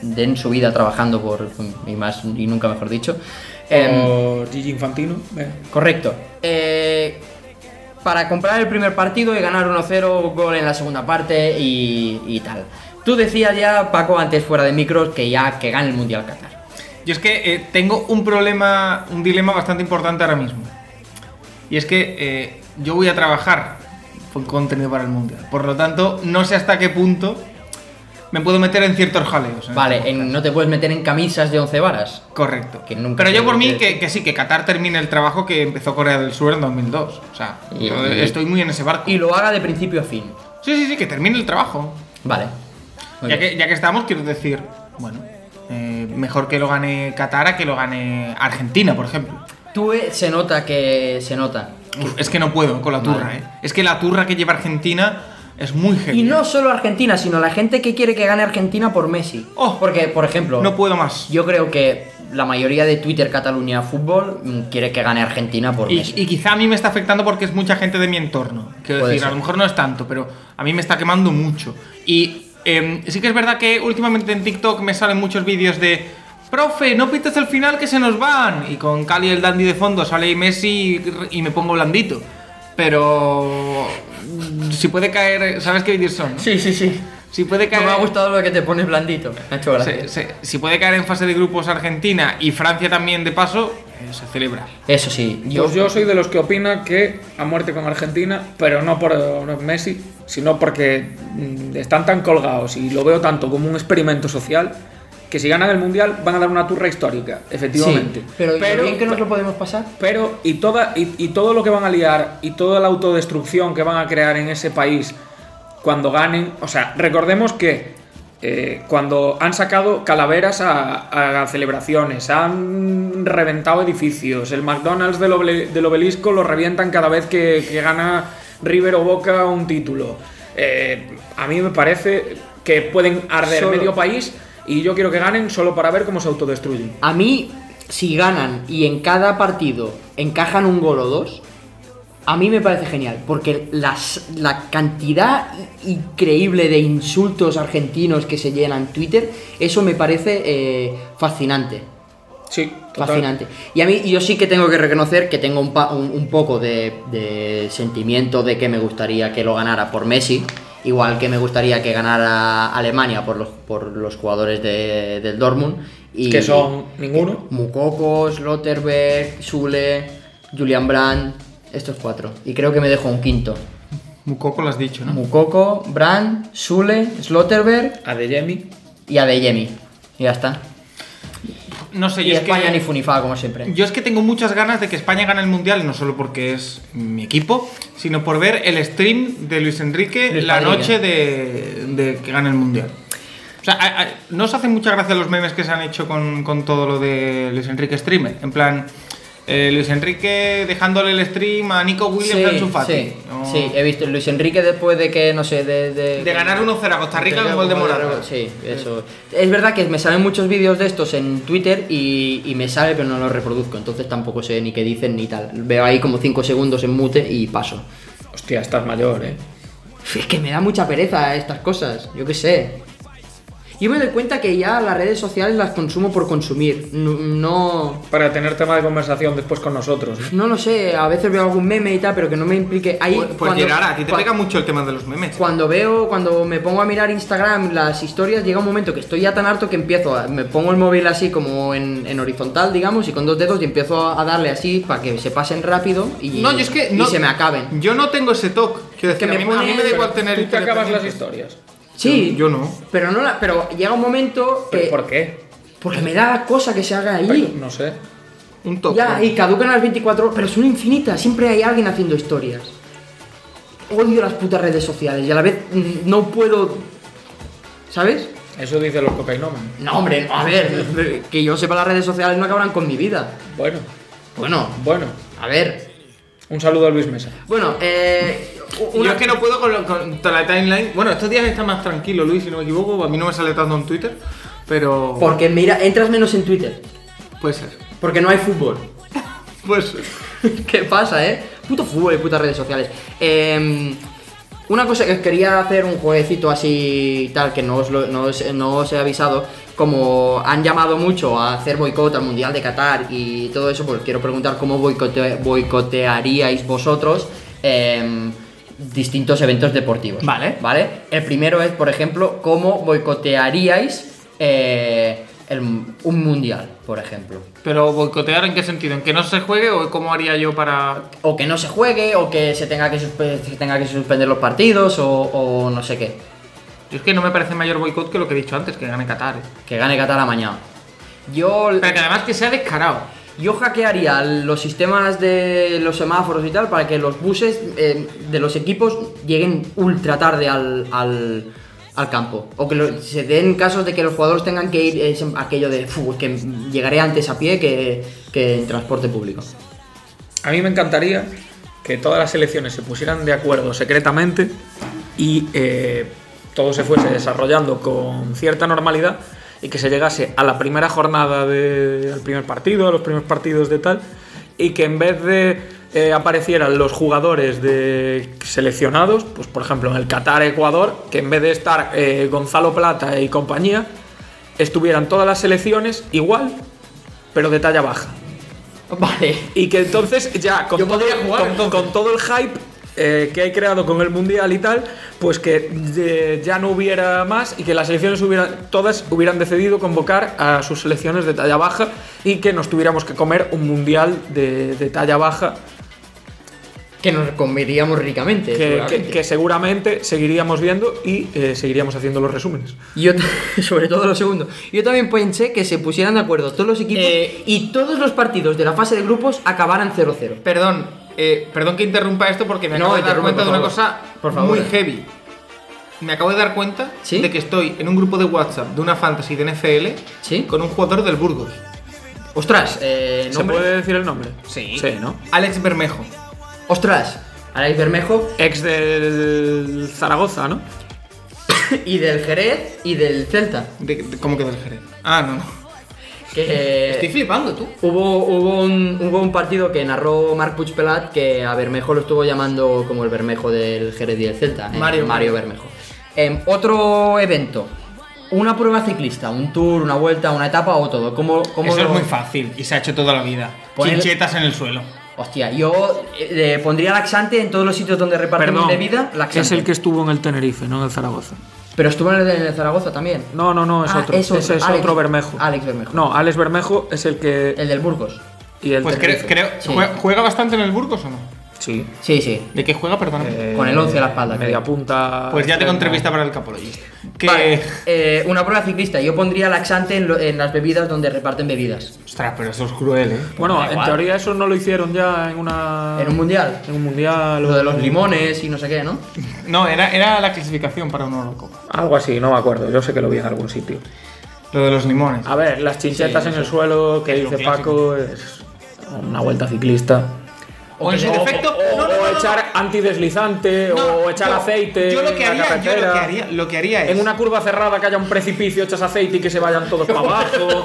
Speaker 2: den su vida trabajando por... y más y nunca mejor dicho.
Speaker 3: Eh,
Speaker 2: Em,
Speaker 3: O Gigi Infantino. eh.
Speaker 2: Correcto. Eh, para comprar el primer partido y ganar 1-0, gol en la segunda parte y, y tal. Tú decías ya, Paco, antes fuera de micros, que ya que gane el Mundial Qatar.
Speaker 4: Yo es que eh, tengo un problema, un dilema bastante importante ahora mismo. Y es que eh, yo voy a trabajar con contenido para el mundial. Por lo tanto, no sé hasta qué punto me puedo meter en ciertos jaleos. en
Speaker 2: Vale,
Speaker 4: este
Speaker 2: en-
Speaker 4: podcast.
Speaker 2: no te puedes meter en camisas de 11 varas.
Speaker 4: Correcto.
Speaker 2: que nunca
Speaker 4: Pero
Speaker 2: se
Speaker 4: yo por mí
Speaker 2: debe-
Speaker 4: que, que sí, que Qatar termine el trabajo que empezó Corea del Sur en 2002. O sea,
Speaker 2: Y-
Speaker 4: yo
Speaker 2: y-
Speaker 4: estoy muy en ese barco.
Speaker 2: Y lo haga de principio a fin.
Speaker 4: Sí, sí, sí, que termine el trabajo.
Speaker 2: Vale. Muy
Speaker 4: Ya
Speaker 2: bien.
Speaker 4: que, ya que estamos, quiero decir, bueno, eh, mejor que lo gane Qatar a que lo gane Argentina, por ejemplo.
Speaker 2: Tú eh, se nota que se nota.
Speaker 4: Uf, es que no puedo con la
Speaker 2: Vale.
Speaker 4: turra, ¿eh? Es que la turra que lleva Argentina es muy heavy.
Speaker 2: Y no solo Argentina, sino la gente que quiere que gane Argentina por Messi.
Speaker 4: Oh.
Speaker 2: Porque, por ejemplo,
Speaker 4: No puedo más.
Speaker 2: yo creo que la mayoría de Twitter Cataluña Fútbol mm, quiere que gane Argentina por
Speaker 4: Y,
Speaker 2: Messi.
Speaker 4: y quizá a mí me está afectando porque es mucha gente de mi entorno. Quiero
Speaker 2: Puede
Speaker 4: decir, a
Speaker 2: ser.
Speaker 4: lo mejor no es tanto, pero a mí me está quemando mucho. Y em, sí que es verdad que últimamente en TikTok me salen muchos vídeos de. Profe, no pites el final que se nos van. Y con Cali el dandy de fondo sale ahí Messi y, y me pongo blandito. Pero. mm, Si puede caer. ¿Sabes qué vídeos son? no?
Speaker 2: Sí, sí, sí.
Speaker 4: Si puede
Speaker 2: No
Speaker 4: caer.
Speaker 2: me ha gustado lo que te pones blandito. Me ha hecho gracia.
Speaker 4: se- se- si puede caer en fase de grupos Argentina y Francia también de paso, eh, se celebra.
Speaker 2: Eso sí. Yo,
Speaker 3: Pues yo soy de los que opina que a muerte con Argentina, pero no por eh, Messi, sino porque mm, están tan colgados y lo veo tanto como un experimento social que si ganan el mundial van a dar una turra histórica, efectivamente.
Speaker 2: Sí, pero, pero bien que nos lo podemos pasar.
Speaker 3: pero- y toda y, y todo lo que van a liar y toda la autodestrucción que van a crear en ese país cuando ganen, o sea, recordemos que eh, cuando han sacado calaveras a, a celebraciones, han reventado edificios, el McDonald's del, oble- del obelisco lo revientan cada vez que, que gana River o Boca un título. Eh, a mí me parece que pueden arder
Speaker 2: Solo-
Speaker 3: medio país y yo quiero que ganen solo para ver cómo se autodestruyen.
Speaker 2: A mí, si ganan y en cada partido encajan un gol o dos, a mí me parece genial, porque las, la cantidad increíble de insultos argentinos que se llenan Twitter, eso me parece eh, fascinante.
Speaker 3: Sí, total.
Speaker 2: Fascinante. Y a mí, yo sí que tengo que reconocer que tengo un, pa- un- un poco de, de sentimiento de que me gustaría que lo ganara por Messi, igual que me gustaría que ganara Alemania por los, por los jugadores de- del Dortmund. Y,
Speaker 3: Que son ninguno.
Speaker 2: Mukokos, Lotterberg, Zule, Julian Brand, estos cuatro. Y creo que me dejo un quinto.
Speaker 4: Mucoco lo has
Speaker 3: Ah.
Speaker 4: dicho, ¿no?
Speaker 2: Mukoko, Brand, Zule, Slotterberg
Speaker 3: Adeyemi.
Speaker 2: y Adeyemi. Y ya está.
Speaker 4: No sé,
Speaker 2: Y
Speaker 4: yo es
Speaker 2: España
Speaker 4: que,
Speaker 2: ni funifa, como siempre.
Speaker 4: Yo es que tengo muchas ganas de que España gane el mundial, no solo porque es mi equipo, sino por ver el stream de Luis Enrique
Speaker 2: Luis
Speaker 4: la
Speaker 2: Padilla.
Speaker 4: noche de, de que gane el mundial. O sea, a- a- no os hacen mucha gracia los memes que se han hecho con, con todo lo de Luis Enrique streamer. En plan, eh, Luis Enrique dejándole el stream a Nico Williams en su Fati.
Speaker 2: sí,
Speaker 4: No.
Speaker 2: sí, he visto Luis Enrique después de que, no sé, de... De,
Speaker 4: De ganar 1-0 a Costa Rica con
Speaker 2: Tenía
Speaker 4: gol de
Speaker 2: como
Speaker 4: Morata.
Speaker 2: Sí, eso. Es verdad que me salen muchos vídeos de estos en Twitter y, y me sale, pero no los reproduzco. Entonces tampoco sé ni qué dicen ni tal. Veo ahí como 5 segundos en mute y paso.
Speaker 3: Hostia, estás mayor, eh.
Speaker 2: Es que me da mucha pereza estas cosas, yo qué sé. Yo me doy cuenta que ya las redes sociales las consumo por consumir. No, no,
Speaker 3: Para tener tema de conversación después con nosotros. ¿no?
Speaker 2: no lo sé, a veces veo algún meme y tal, pero que no me implique. Ahí,
Speaker 4: Pues, pues
Speaker 2: cuando-
Speaker 4: Gerard, a ti te
Speaker 2: cua-
Speaker 4: pega mucho el tema de los memes.
Speaker 2: Cuando veo, cuando me pongo a mirar Instagram, las historias, llega un momento que estoy ya tan harto que empiezo, a- me pongo el móvil así como en, en horizontal, digamos, y con dos dedos y empiezo a a darle así para que se pasen rápido y,
Speaker 4: No, yo es que
Speaker 2: y
Speaker 4: no-
Speaker 2: se me acaben.
Speaker 4: Yo no tengo ese toque. Quiero
Speaker 2: Que
Speaker 4: decir, a,
Speaker 2: me
Speaker 4: mí, a mí
Speaker 2: pone-
Speaker 4: me da igual
Speaker 2: Pero
Speaker 4: tener.
Speaker 3: Tú te acabas las
Speaker 4: independientes.
Speaker 3: historias.
Speaker 2: Sí,
Speaker 4: Yo no.
Speaker 2: Pero, no la- pero llega un momento que...
Speaker 3: ¿Pero ¿Por qué?
Speaker 2: Porque me da cosa que se haga
Speaker 3: Pero,
Speaker 2: ahí.
Speaker 3: no sé.
Speaker 4: Un toque.
Speaker 2: Ya, y caducan las 24 horas, pero son infinitas, siempre hay alguien haciendo historias. Odio las putas redes sociales y a la vez mm, no puedo... ¿Sabes?
Speaker 3: Eso dicen los cocainómanos.
Speaker 2: No, hombre, no, a ver, que yo sepa las redes sociales no acabarán con mi vida.
Speaker 3: Bueno,
Speaker 2: Bueno,
Speaker 3: bueno.
Speaker 2: a ver.
Speaker 3: Un saludo a Luis Mesa.
Speaker 2: Bueno, eh.
Speaker 4: Yo es que no puedo con, lo- con toda la timeline. Bueno, estos días está más tranquilo, Luis, si no me equivoco. A mí no me sale tanto en Twitter, pero.
Speaker 2: Porque mira, entras menos en Twitter.
Speaker 4: Puede ser.
Speaker 2: Porque no hay fútbol.
Speaker 4: Puede ser.
Speaker 2: ¿Qué pasa, eh? Puto fútbol y putas redes sociales. Eh, una cosa que os quería hacer un jueguecito así tal, que no os, lo- no os- no os he avisado. Como han llamado mucho a hacer boicot al Mundial de Qatar y todo eso, pues quiero preguntar cómo boicote- boicotearíais vosotros em, distintos eventos deportivos.
Speaker 4: Vale.
Speaker 2: ¿Vale? El primero es, por ejemplo, cómo boicotearíais eh, el- un mundial, por ejemplo.
Speaker 4: Pero boicotear en qué sentido? ¿En que no se juegue o cómo haría yo para.?
Speaker 2: o que no se juegue, o que se tenga que, suspe- se tenga que suspender los partidos, o, o no sé qué.
Speaker 4: Yo es que no me parece mayor boicot que lo que he dicho antes, que gane Qatar. eh.
Speaker 2: Que gane Qatar a mañana. Yo,
Speaker 4: Pero que además que sea descarado.
Speaker 2: yo hackearía los sistemas de los semáforos y tal para que los buses eh, de los equipos lleguen ultra tarde al, al, al campo. O que lo- se den casos de que los jugadores tengan que ir eh, aquello de "Fu, es que llegaré antes a pie que, que en transporte público.
Speaker 3: A mí me encantaría que todas las elecciones se pusieran de acuerdo secretamente y eh, todo se fuese desarrollando con cierta normalidad y que se llegase a la primera jornada de- del primer partido, a los primeros partidos de tal, y que en vez de eh, aparecieran los jugadores de seleccionados, pues por ejemplo en el Qatar-Ecuador, que en vez de estar eh, Gonzalo Plata y compañía, estuvieran todas las selecciones igual, pero de talla baja.
Speaker 2: Vale.
Speaker 3: Y que entonces ya con,
Speaker 4: Yo
Speaker 3: todo,
Speaker 4: podría jugar,
Speaker 3: con-
Speaker 4: entonces.
Speaker 3: con todo el hype eh, que hay creado con el mundial y tal, pues que eh, ya no hubiera más y que las selecciones hubieran, todas hubieran decidido convocar a sus selecciones de talla baja y que nos tuviéramos que comer un mundial de, de talla baja
Speaker 2: Que nos comeríamos ricamente.
Speaker 3: que, que-
Speaker 2: seguramente.
Speaker 3: que seguramente seguiríamos viendo y eh, seguiríamos haciendo los resúmenes.
Speaker 2: Yo, ta- sobre todo lo segundo. Yo también pensé que se pusieran de acuerdo todos los equipos
Speaker 4: Eh,
Speaker 2: y todos los partidos de la fase de grupos acabaran 0-0.
Speaker 4: Perdón, eh, perdón que interrumpa esto porque me
Speaker 2: No,
Speaker 4: acabo de dar
Speaker 2: interrumpe,
Speaker 4: cuenta de
Speaker 2: por
Speaker 4: una
Speaker 2: favor.
Speaker 4: cosa
Speaker 2: Por favor.
Speaker 4: muy heavy. Me acabo de dar cuenta
Speaker 2: ¿Sí?
Speaker 4: de que estoy en un grupo de WhatsApp de una fantasy de NFL
Speaker 2: ¿Sí?
Speaker 4: con un jugador del Burgos.
Speaker 2: Ostras, eh,
Speaker 3: ¿Se
Speaker 2: nombre.
Speaker 3: puede decir el nombre? Sí, ¿no?
Speaker 4: Alex Bermejo.
Speaker 2: Ostras, Alex Bermejo
Speaker 3: Ex del Zaragoza, ¿no?
Speaker 2: y del Jerez y del Celta.
Speaker 4: De- de- ¿Cómo quedó el Jerez? Ah, no, no.
Speaker 2: Eh, Que eh,
Speaker 4: Estoy flipando, tú.
Speaker 2: hubo, hubo, un, hubo un partido que narró Marc Puigpelat que a Bermejo lo estuvo llamando como el Bermejo del Jerez y del Celta. eh,
Speaker 4: Mario.
Speaker 2: Mario Bermejo. Em, otro evento. Una prueba ciclista, un tour, una vuelta, una etapa o todo. ¿Cómo, cómo
Speaker 4: Eso
Speaker 2: lo-
Speaker 4: es muy fácil y se ha hecho toda la vida.
Speaker 2: Poner-
Speaker 4: Chinchetas en el suelo.
Speaker 2: Hostia, yo eh, le pondría laxante en todos los sitios donde repartimos
Speaker 3: Perdón,
Speaker 2: bebida, laxante.
Speaker 3: es el que estuvo en el Tenerife, no en el Zaragoza.
Speaker 2: Pero estuvo en el, en el Zaragoza también.
Speaker 3: No, no, no, es
Speaker 2: Ah,
Speaker 3: otro.
Speaker 2: es otro,
Speaker 3: Ese es
Speaker 2: Alex-
Speaker 3: otro Bermejo.
Speaker 2: Alex Bermejo.
Speaker 3: No, Alex Bermejo es el que.
Speaker 2: El del Burgos.
Speaker 3: y el
Speaker 4: Pues creo,
Speaker 3: Tenerife.
Speaker 4: creo-
Speaker 2: Sí.
Speaker 4: ¿jue- ¿Juega bastante en el Burgos o no?
Speaker 3: Sí. Eh,
Speaker 2: Sí, sí.
Speaker 4: ¿De qué juega, perdón?
Speaker 2: Con el 11 a la espalda,
Speaker 3: Media
Speaker 2: creo.
Speaker 3: punta.
Speaker 4: pues ya
Speaker 3: extremo.
Speaker 4: tengo entrevista para el capologista. Que.
Speaker 2: Vale, eh, una prueba ciclista. Yo pondría laxante en, lo- en las bebidas donde reparten bebidas.
Speaker 4: Ostras, pero eso es cruel, eh.
Speaker 3: Bueno,
Speaker 2: Da
Speaker 3: en
Speaker 2: igual.
Speaker 3: teoría eso no lo hicieron ya en una.
Speaker 2: En un mundial.
Speaker 3: En un mundial.
Speaker 2: Lo de los limones y no sé qué, ¿no?
Speaker 4: No, era, era la clasificación para una Eurocopa.
Speaker 3: Algo así, no me acuerdo. Yo sé que lo vi en algún sitio.
Speaker 4: Lo de los
Speaker 2: Ah,
Speaker 4: limones.
Speaker 3: A ver, las chinchetas en el suelo que
Speaker 4: Es lo
Speaker 3: dice
Speaker 4: clásico.
Speaker 3: Paco es una vuelta ciclista.
Speaker 4: O en su
Speaker 2: Oh,
Speaker 4: defecto.
Speaker 3: O,
Speaker 4: no, no, no,
Speaker 3: o
Speaker 4: no,
Speaker 3: echar antideslizante,
Speaker 4: no,
Speaker 3: o echar
Speaker 4: yo-
Speaker 3: aceite.
Speaker 4: Yo lo
Speaker 3: en
Speaker 4: que
Speaker 3: la
Speaker 4: haría, yo lo que
Speaker 3: carretera.
Speaker 4: haría, lo que haría es.
Speaker 3: En una curva cerrada que haya un precipicio, echas aceite y que se vayan todos para abajo.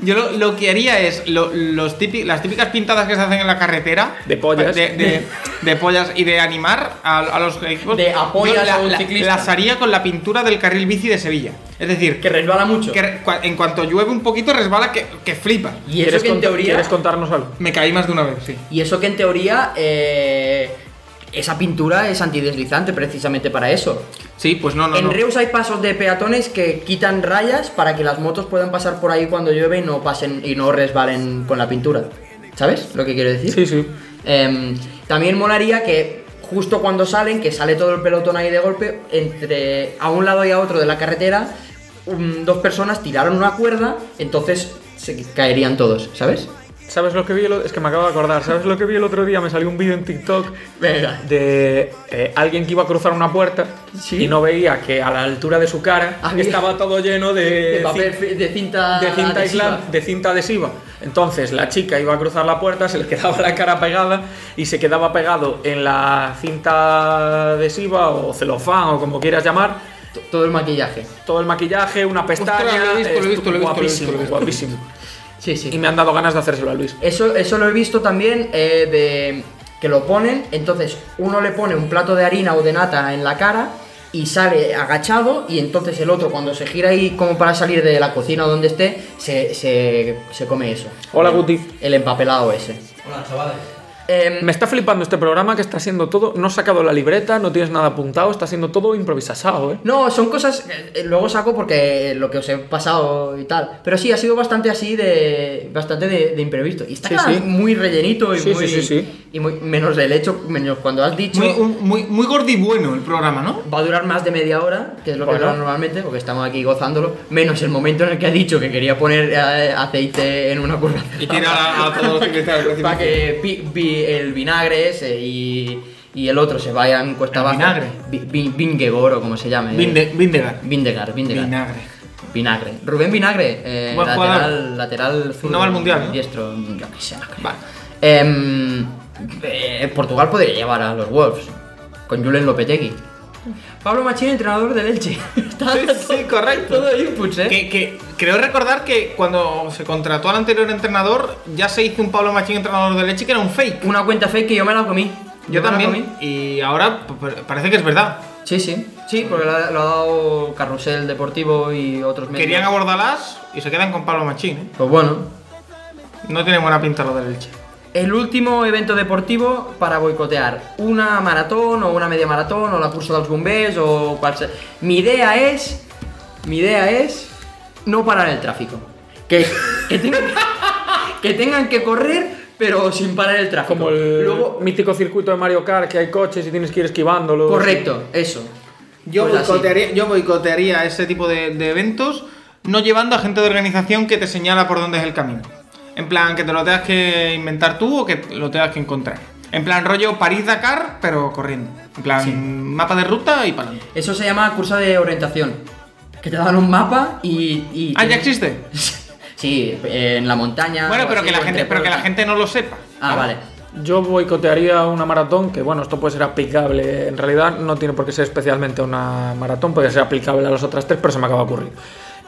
Speaker 4: Yo lo, lo que haría es lo- los típi- las típicas pintadas que se hacen en la carretera.
Speaker 3: De pollas.
Speaker 4: De, de- de pollas y de animar a, a los equipos.
Speaker 2: De apoyas
Speaker 4: Yo la-
Speaker 2: a un
Speaker 4: la-
Speaker 2: ciclista.
Speaker 4: Las haría con la pintura del carril bici de Sevilla. Es decir,
Speaker 2: Que
Speaker 4: que,
Speaker 2: resbala mucho.
Speaker 4: re- cua- en cuanto llueve un poquito resbala que, que flipa.
Speaker 2: Y eso
Speaker 3: ¿Quieres
Speaker 2: que en
Speaker 3: cont-
Speaker 2: teoría.
Speaker 3: ¿Quieres contarnos algo?
Speaker 4: Me caí más de una vez, sí.
Speaker 2: Y eso que en teoría. eh, esa pintura es antideslizante precisamente para eso.
Speaker 4: Sí, pues no, no.
Speaker 2: en
Speaker 4: no.
Speaker 2: Reus hay pasos de peatones que quitan rayas para que las motos puedan pasar por ahí cuando llueve y no pasen y no resbalen con la pintura. ¿Sabes lo que quiero decir?
Speaker 3: Sí, sí.
Speaker 2: Em, también molaría que justo cuando salen, que sale todo el pelotón ahí de golpe, entre a un lado y a otro de la carretera, um, dos personas tiraron una cuerda, entonces se caerían todos, ¿sabes?
Speaker 3: ¿Sabes lo que vi? el o- Es que me acabo de acordar. ¿Sabes lo que vi el otro día? Me salió un vídeo en TikTok
Speaker 2: Venga.
Speaker 3: de eh, alguien que iba a cruzar una puerta
Speaker 2: Sí.
Speaker 3: y no veía que a la altura de su cara
Speaker 2: Había-
Speaker 3: estaba todo lleno de,
Speaker 2: De
Speaker 3: Eh, cin-
Speaker 2: papel, fi- de cinta.
Speaker 3: de cinta
Speaker 2: adhesiva.
Speaker 3: aislante- de cinta adhesiva. Entonces la chica iba a cruzar la puerta, se le quedaba la cara pegada y se quedaba pegado en la cinta adhesiva o celofán o como quieras llamar.
Speaker 2: T- Todo el maquillaje.
Speaker 3: Todo el maquillaje, una pestaña.
Speaker 4: lo he visto, lo he visto, lo he visto, lo he visto,
Speaker 3: guapísimo,
Speaker 4: lo he visto.
Speaker 3: guapísimo.
Speaker 2: Sí, sí.
Speaker 3: Y me han dado ganas de hacérselo a Luis.
Speaker 2: Eso, eso lo he visto también eh, de que lo ponen, entonces uno le pone un plato de harina o de nata en la cara y sale agachado y entonces el otro cuando se gira ahí como para salir de la cocina o donde esté, se, se- se come eso.
Speaker 3: Hola, Guti.
Speaker 2: El empapelado ese.
Speaker 5: Hola, chavales.
Speaker 2: Em,
Speaker 3: Me está flipando este programa que está siendo todo. No has sacado la libreta, no tienes nada apuntado, está siendo todo improvisasado, ¿eh?
Speaker 2: No, son cosas. eh, eh, Luego saco porque eh, lo que os he pasado y tal. Pero sí, ha sido bastante así de. Bastante de, de imprevisto. Y está
Speaker 3: Sí,
Speaker 2: cada-
Speaker 3: sí.
Speaker 2: muy rellenito y
Speaker 3: Sí,
Speaker 2: muy.
Speaker 3: sí, sí, sí.
Speaker 2: y muy, menos el hecho, menos cuando has dicho.
Speaker 4: Muy, un- muy, muy gordibueno el programa, ¿no?
Speaker 2: Va a durar más de media hora, que es lo que
Speaker 3: Bueno.
Speaker 2: dura normalmente, porque estamos aquí gozándolo, menos el momento en el que ha dicho que quería poner eh, aceite en una curva.
Speaker 4: Y tirar a, a todos los invitados. al
Speaker 2: Para
Speaker 4: precipicio.
Speaker 2: que pi- vi- el vinagre ese y, y el otro se vayan cuesta
Speaker 4: ¿El
Speaker 2: abajo.
Speaker 4: vinagre?
Speaker 2: Vi- vi- Vingegaard o como se llame.
Speaker 4: Vinde- Vindegar.
Speaker 2: Vindegar, Vindegar.
Speaker 4: Vinagre.
Speaker 2: Vinagre. Rubén Vinagre, eh,
Speaker 4: Buen jugador.
Speaker 2: lateral, lateral zurdo,
Speaker 4: No va al Mundial, ¿no?
Speaker 2: Diestro, yo qué sé. no creo.
Speaker 4: Vale.
Speaker 2: Em, eh, Portugal podría llevar a los Wolves con Julen Lopetegui. Pablo Machín, entrenador del Elche. Está
Speaker 4: Sí, sí, correcto.
Speaker 2: Todo inputs, ¿eh?
Speaker 4: Que, que creo recordar que cuando se contrató al anterior entrenador, ya se hizo un Pablo Machín entrenador de leche que era un fake.
Speaker 2: Una cuenta fake que yo me la comí.
Speaker 4: Yo
Speaker 2: me la comí.
Speaker 4: también. Y ahora p- p- parece que es verdad.
Speaker 2: Sí, sí, sí, porque lo ha, lo ha dado Carrusel Deportivo y otros medios.
Speaker 4: Querían abordarlas y se quedan con Pablo Machín. ¿eh?
Speaker 2: Pues bueno.
Speaker 4: No tiene buena pinta lo del Elche.
Speaker 2: El último evento deportivo para boicotear. Una maratón o una media maratón o la cursa dels bombers o cual se- Mi idea es... Mi idea es... No parar el tráfico. Que, que, tengan, que tengan que correr pero sin parar el tráfico.
Speaker 3: Como el
Speaker 2: Luego,
Speaker 3: mítico circuito de Mario Kart, que hay coches y tienes que ir esquivándolos.
Speaker 2: correcto, eso.
Speaker 4: Yo,
Speaker 2: Pues así.
Speaker 4: boicotearía, yo boicotearía ese tipo de, de eventos no llevando a gente de organización que te señala por dónde es el camino. En plan, que te lo tengas que inventar tú o que lo tengas que encontrar. En plan, rollo París-Dakar, pero corriendo. En plan,
Speaker 2: Sí.
Speaker 4: mapa de ruta y para adelante.
Speaker 2: Eso se llama cursa de orientación. Que te dan un mapa y... y
Speaker 4: Ah, ya existe.
Speaker 2: Sí, en la montaña.
Speaker 4: Bueno,
Speaker 2: o
Speaker 4: pero
Speaker 2: así,
Speaker 4: que, la
Speaker 2: o entre
Speaker 4: gente, pero que la
Speaker 2: pueblos.
Speaker 4: gente no lo sepa.
Speaker 2: Ah, vale.
Speaker 3: Yo boicotearía una maratón, que bueno, esto puede ser aplicable, en realidad no tiene por qué ser especialmente una maratón, puede ser aplicable a las otras tres, pero se me acaba de ocurrir.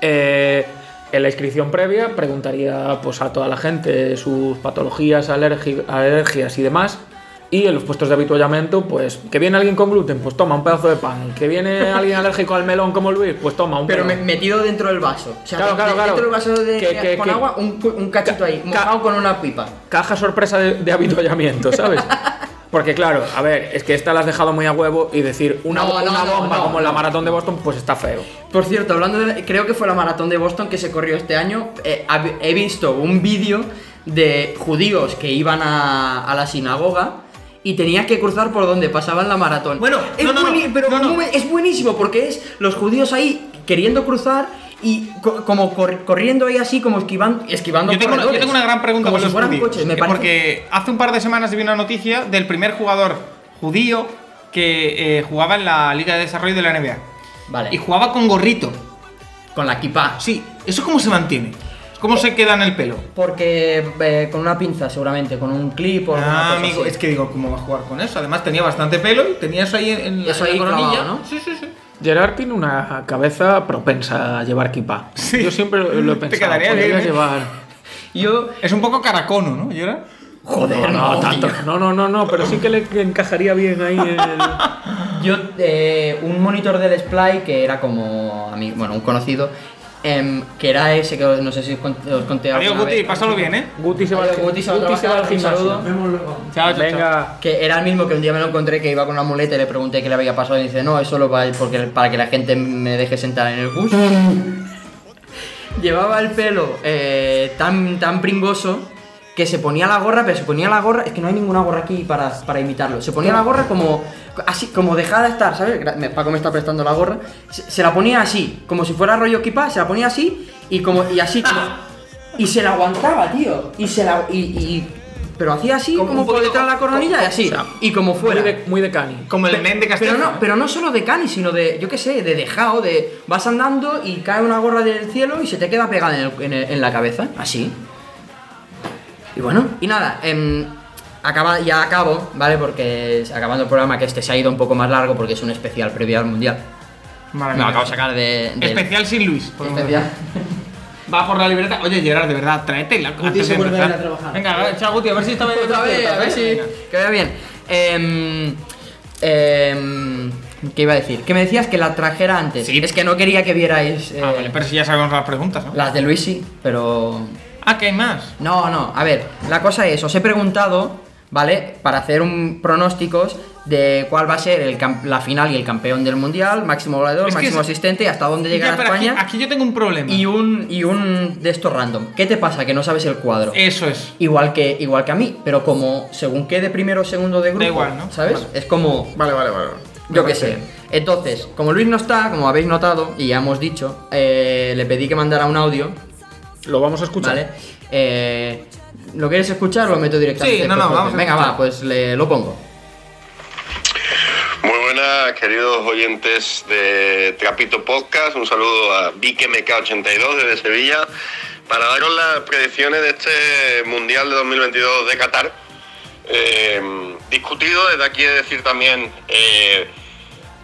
Speaker 3: Eh, en la inscripción previa preguntaría pues, a toda la gente sus patologías, alergi- alergias y demás. Y en los puestos de habituallamiento, pues que viene alguien con gluten, pues toma un pedazo de pan. Que viene alguien alérgico al melón como Luis, pues toma un
Speaker 2: Pero me-
Speaker 3: melón.
Speaker 2: metido dentro del vaso. O sea,
Speaker 3: Claro, claro,
Speaker 2: de-
Speaker 3: claro.
Speaker 2: dentro del vaso de,
Speaker 3: Que- que-
Speaker 2: con
Speaker 3: que-
Speaker 2: agua, un, cu- un cachito ahí,
Speaker 3: ca-
Speaker 2: mojado con una pipa.
Speaker 3: caja sorpresa de, de avituallamiento, ¿sabes? Porque claro, a ver, es que esta la has dejado muy a huevo y decir una,
Speaker 2: No, no,
Speaker 3: una
Speaker 2: no,
Speaker 3: bomba
Speaker 2: no,
Speaker 3: como la
Speaker 2: no.
Speaker 3: maratón de Boston, pues está feo.
Speaker 2: Por cierto, hablando de. Creo que fue la maratón de Boston que se corrió este año. eh, hab- he visto un vídeo de judíos que iban a, a la sinagoga. Y tenían que cruzar por donde pasaban la maratón.
Speaker 4: Bueno,
Speaker 2: es,
Speaker 4: no, no, no,
Speaker 2: bueni- pero
Speaker 4: no, no.
Speaker 2: un momen- es buenísimo porque es los judíos ahí queriendo cruzar y co- como cor- corriendo ahí así, como esquivando, esquivando
Speaker 4: Yo tengo, una, yo
Speaker 2: corredores.
Speaker 4: tengo una gran pregunta
Speaker 2: como
Speaker 4: con
Speaker 2: si
Speaker 4: los
Speaker 2: fueran
Speaker 4: judíos,
Speaker 2: coches. Me
Speaker 4: eh,
Speaker 2: parece
Speaker 4: Porque hace un par de semanas vi una noticia del primer jugador judío que eh, jugaba en la Liga de Desarrollo de la NBA.
Speaker 2: Vale.
Speaker 4: Y jugaba con gorrito.
Speaker 2: Con la equipa.
Speaker 4: Sí, ¿eso cómo se mantiene? ¿Cómo se queda en el pelo?
Speaker 2: Porque eh, con una pinza, seguramente, con un clip o alguna
Speaker 4: Ah,
Speaker 2: cosa
Speaker 4: amigo,
Speaker 2: así.
Speaker 4: es que digo, ¿cómo va a jugar con eso? Además tenía bastante pelo y tenía eso ahí en, en la-
Speaker 2: Eso
Speaker 4: en la
Speaker 2: ahí
Speaker 4: coronilla.
Speaker 2: clavado, ¿no?
Speaker 4: Sí, sí, sí.
Speaker 3: Gerard tiene una cabeza propensa a llevar kipa.
Speaker 4: Sí.
Speaker 3: Yo siempre lo, lo he
Speaker 4: Te
Speaker 3: pensado.
Speaker 4: quedaría bien,
Speaker 3: podrías
Speaker 4: ¿eh?
Speaker 3: llevar.
Speaker 2: Yo.
Speaker 4: Es un poco caracono, ¿no? ¿Y ahora?
Speaker 2: Joder,
Speaker 3: No,
Speaker 2: no,
Speaker 3: tanto.
Speaker 2: tío.
Speaker 3: No, no, no, no, pero sí que le encajaría bien ahí el.
Speaker 2: Yo, eh, un monitor del Splay que era como. A mí, bueno, un conocido. em, que era ese que os- no sé si os conté. Os conté
Speaker 4: Adiós,
Speaker 2: alguna
Speaker 4: Guti,
Speaker 2: vez.
Speaker 4: pásalo bien, ¿eh?
Speaker 3: Guti se va al
Speaker 2: Guti se va a trabajar, un saludo.
Speaker 4: Chao, chao, chao.
Speaker 3: Venga.
Speaker 2: Que era el mismo que un día me lo encontré que iba con una muleta y le pregunté qué le había pasado y dice, no, eso lo va porque, para que la gente me deje sentar en el bus. Llevaba el pelo eh, tan, tan pringoso que se ponía la gorra, pero se ponía la gorra, es que no hay ninguna gorra aquí para, para imitarlo, se ponía la gorra como así, como dejada de estar, ¿sabes? Gra- me- Paco me está prestando la gorra, se, se la ponía así, como si fuera rollo kipa, se la ponía así y como y así como, y se la aguantaba, tío, y se la y, y- pero hacía así
Speaker 4: Como
Speaker 2: como,
Speaker 4: un
Speaker 2: por
Speaker 4: poquito-
Speaker 2: detrás de la coronilla y así
Speaker 3: o sea,
Speaker 2: y como fuera.
Speaker 3: Muy de, muy de cani.
Speaker 4: Como el Nen de Castilla.
Speaker 2: Pero no, pero no solo de cani, sino de, yo qué sé, de dejado, de vas andando y cae una gorra del cielo y se te queda pegada en, el- en el- en la cabeza, así. Y bueno, y nada, em, acaba, ya acabo, ¿vale? Porque es- acabando el programa, que este se ha ido un poco más largo porque es un especial previo al mundial. Me lo acabo de sacar de... del-
Speaker 4: Especial sin Luis. podemos
Speaker 2: especial.
Speaker 4: decir. Va por la libertad. Oye, Gerard, de verdad, tráete la antes
Speaker 5: se
Speaker 4: de
Speaker 5: vuelve a ir
Speaker 4: empezar.
Speaker 5: a trabajar.
Speaker 4: Venga, va, chao, Guti, a ver si esta vez.
Speaker 2: Otra vez, a ver si...
Speaker 4: ¿eh? Venga.
Speaker 2: Que vaya bien. Em, em, ¿Qué iba a decir? Que me decías que la trajera antes.
Speaker 4: Sí.
Speaker 2: Es que no quería que vierais...
Speaker 4: Ah,
Speaker 2: eh,
Speaker 4: vale, pero si ya sabemos las preguntas, ¿no?
Speaker 2: Las de Luis sí, pero...
Speaker 4: Ah, que hay más.
Speaker 2: No, no, a ver, la cosa es, os he preguntado, ¿vale? Para hacer un pronósticos de cuál va a ser el camp- la final y el campeón del mundial, máximo goleador,
Speaker 4: Es que
Speaker 2: máximo
Speaker 4: es-
Speaker 2: asistente, hasta dónde
Speaker 4: Ya,
Speaker 2: llegará
Speaker 4: pero aquí,
Speaker 2: España
Speaker 4: aquí yo tengo un problema.
Speaker 2: y un y un de estos random. ¿Qué te pasa que no sabes el cuadro?
Speaker 4: Eso es.
Speaker 2: Igual que igual que a mí, pero como según quede primero o segundo de grupo,
Speaker 4: igual, ¿no?
Speaker 2: ¿sabes?
Speaker 4: Vale.
Speaker 2: Es como
Speaker 5: Vale, vale, vale.
Speaker 2: yo
Speaker 4: Me
Speaker 2: qué
Speaker 4: parece
Speaker 2: sé.
Speaker 4: bien.
Speaker 2: Entonces, como Luis no está, como habéis notado y ya hemos dicho, eh, le pedí que mandara un audio,
Speaker 3: Lo vamos a escuchar.
Speaker 2: ¿vale? Eh, ¿Lo quieres escuchar o lo meto directamente?
Speaker 4: Sí, no,
Speaker 2: por
Speaker 4: no,
Speaker 2: fuente?
Speaker 4: vamos a
Speaker 2: Venga,
Speaker 4: escuchar.
Speaker 2: va, pues le, lo pongo.
Speaker 6: Muy buenas, queridos oyentes de Trapito Podcast. Un saludo a VikeMK82 desde Sevilla para daros las predicciones de este Mundial de 2022 de Qatar. Eh, discutido, desde aquí he de decir también eh,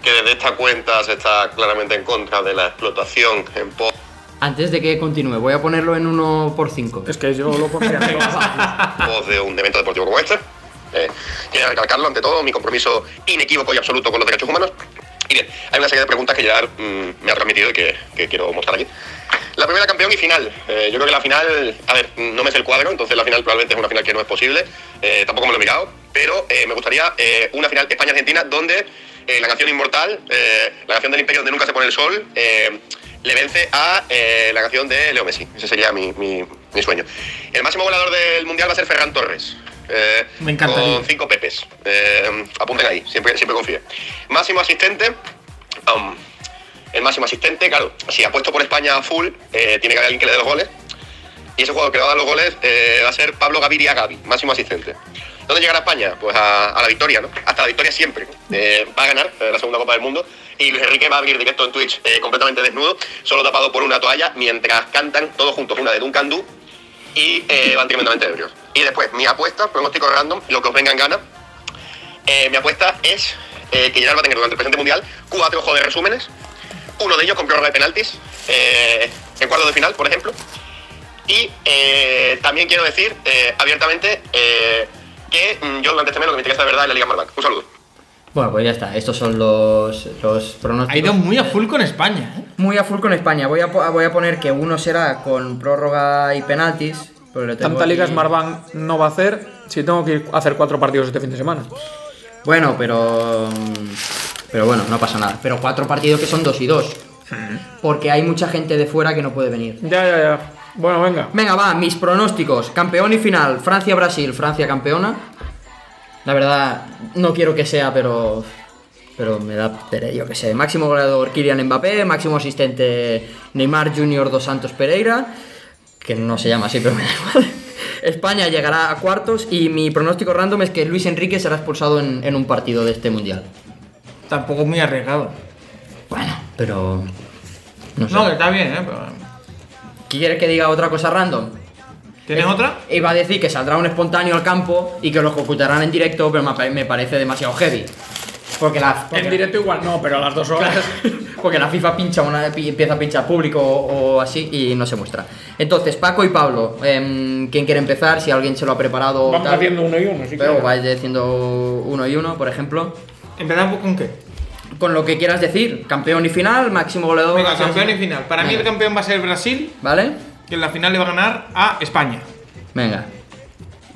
Speaker 6: que desde esta cuenta se está claramente en contra de la explotación en pos
Speaker 2: Antes de que continúe, voy a ponerlo en 1x5.
Speaker 3: Es que yo lo pondría en todas.
Speaker 6: voz de un evento deportivo como este. Eh, quiero recalcarlo ante todo, mi compromiso inequívoco y absoluto con los derechos humanos. Y bien, hay una serie de preguntas que ya mm, me ha transmitido y que, que quiero mostrar aquí. La primera campeón y final. Eh, yo creo que la final, a ver, no me sé el cuadro, entonces la final probablemente es una final que no es posible. Eh, tampoco me lo he mirado, pero eh, me gustaría eh, una final España-Argentina donde eh, la canción inmortal, eh, la canción del imperio donde nunca se pone el sol, eh, le vence a eh, la canción de Leo Messi. Ese sería mi, mi- mi sueño. El máximo volador del mundial va a ser Ferran Torres. eh,
Speaker 4: Me encantaría.
Speaker 6: Con cinco pepes. Eh, apunten ahí, siempre, siempre confíe. Máximo asistente. um, el máximo asistente, claro, si apuesto por España a full, eh, tiene que haber alguien que le dé los goles. Y ese jugador que le va a dar los goles eh, va a ser Pablo Gaviria Gavi, máximo asistente. ¿Dónde llegará España? Pues a, a la victoria, ¿no? Hasta la victoria siempre. Eh, va a ganar eh, la segunda Copa del Mundo. Y Luis Enrique va a abrir directo en Twitch, eh, completamente desnudo, solo tapado por una toalla, mientras cantan todos juntos una de Duncan Du y eh, van tremendamente ebrios. Y después, mi apuesta, pronóstico random, lo que os venga en gana. Eh, mi apuesta es eh, que Gerard va a tener durante el presente mundial cuatro ojos de resúmenes. Uno de ellos con prórroga de penaltis, eh, en cuarto de final, por ejemplo. Y eh, también quiero decir eh, abiertamente eh, que mm, yo durante este mes lo que me interesa de verdad es la Liga Marbank. Un saludo.
Speaker 2: Bueno, pues ya está, estos son los, los pronósticos.
Speaker 4: Ha ido muy a full con España, ¿eh?
Speaker 2: Muy a full con España. Voy a, po- voy a poner que uno será con prórroga y penaltis. porque lo tengo
Speaker 3: Tanta liga
Speaker 2: aquí.
Speaker 3: Smartbank no va a hacer si tengo que ir a hacer cuatro partidos este fin de semana.
Speaker 2: Bueno, pero. Pero bueno, no pasa nada. Pero cuatro partidos que son dos y dos. Porque hay mucha gente de fuera que no puede venir.
Speaker 3: Ya, ya, ya. Bueno, venga.
Speaker 2: Venga, va, mis pronósticos. Campeón y final. Francia-Brasil, Francia campeona. La verdad, no quiero que sea, pero. Pero me da pere- yo que sé. Máximo goleador Kylian Mbappé, máximo asistente Neymar Junior dos Santos Pereira, que no se llama así, pero me da igual. España llegará a cuartos y mi pronóstico random es que Luis Enrique será expulsado en, en un partido de este mundial.
Speaker 4: Tampoco muy arriesgado.
Speaker 2: Bueno, pero. No sé.
Speaker 4: No, que está bien, ¿eh? Pero-
Speaker 2: ¿Quieres que diga otra cosa random?
Speaker 4: ¿Tienes
Speaker 2: Eh,
Speaker 4: otra?
Speaker 2: Iba a decir que saldrá un espontáneo al campo y que lo ejecutarán en directo, pero me pa- me parece demasiado heavy. Porque la, porque,
Speaker 3: En directo igual no, pero a las dos horas.
Speaker 2: porque la FIFA pincha una, pi- empieza a pinchar público o, o así y no se muestra. Entonces, Paco y Pablo, em, ¿quién quiere empezar? Si alguien se lo ha preparado. o
Speaker 3: Vamos
Speaker 2: tal.
Speaker 3: haciendo uno y uno, si
Speaker 2: Pero
Speaker 3: quieres.
Speaker 2: vais diciendo uno y uno, por ejemplo.
Speaker 4: ¿Empezamos con qué?
Speaker 2: Con lo que quieras decir, campeón y final, máximo goleador.
Speaker 4: Venga,
Speaker 2: máximo-
Speaker 4: campeón y final. Para mí el
Speaker 2: Venga.
Speaker 4: campeón va a ser Brasil,
Speaker 2: ¿Vale?
Speaker 4: que en la final le va a ganar a España.
Speaker 2: Venga.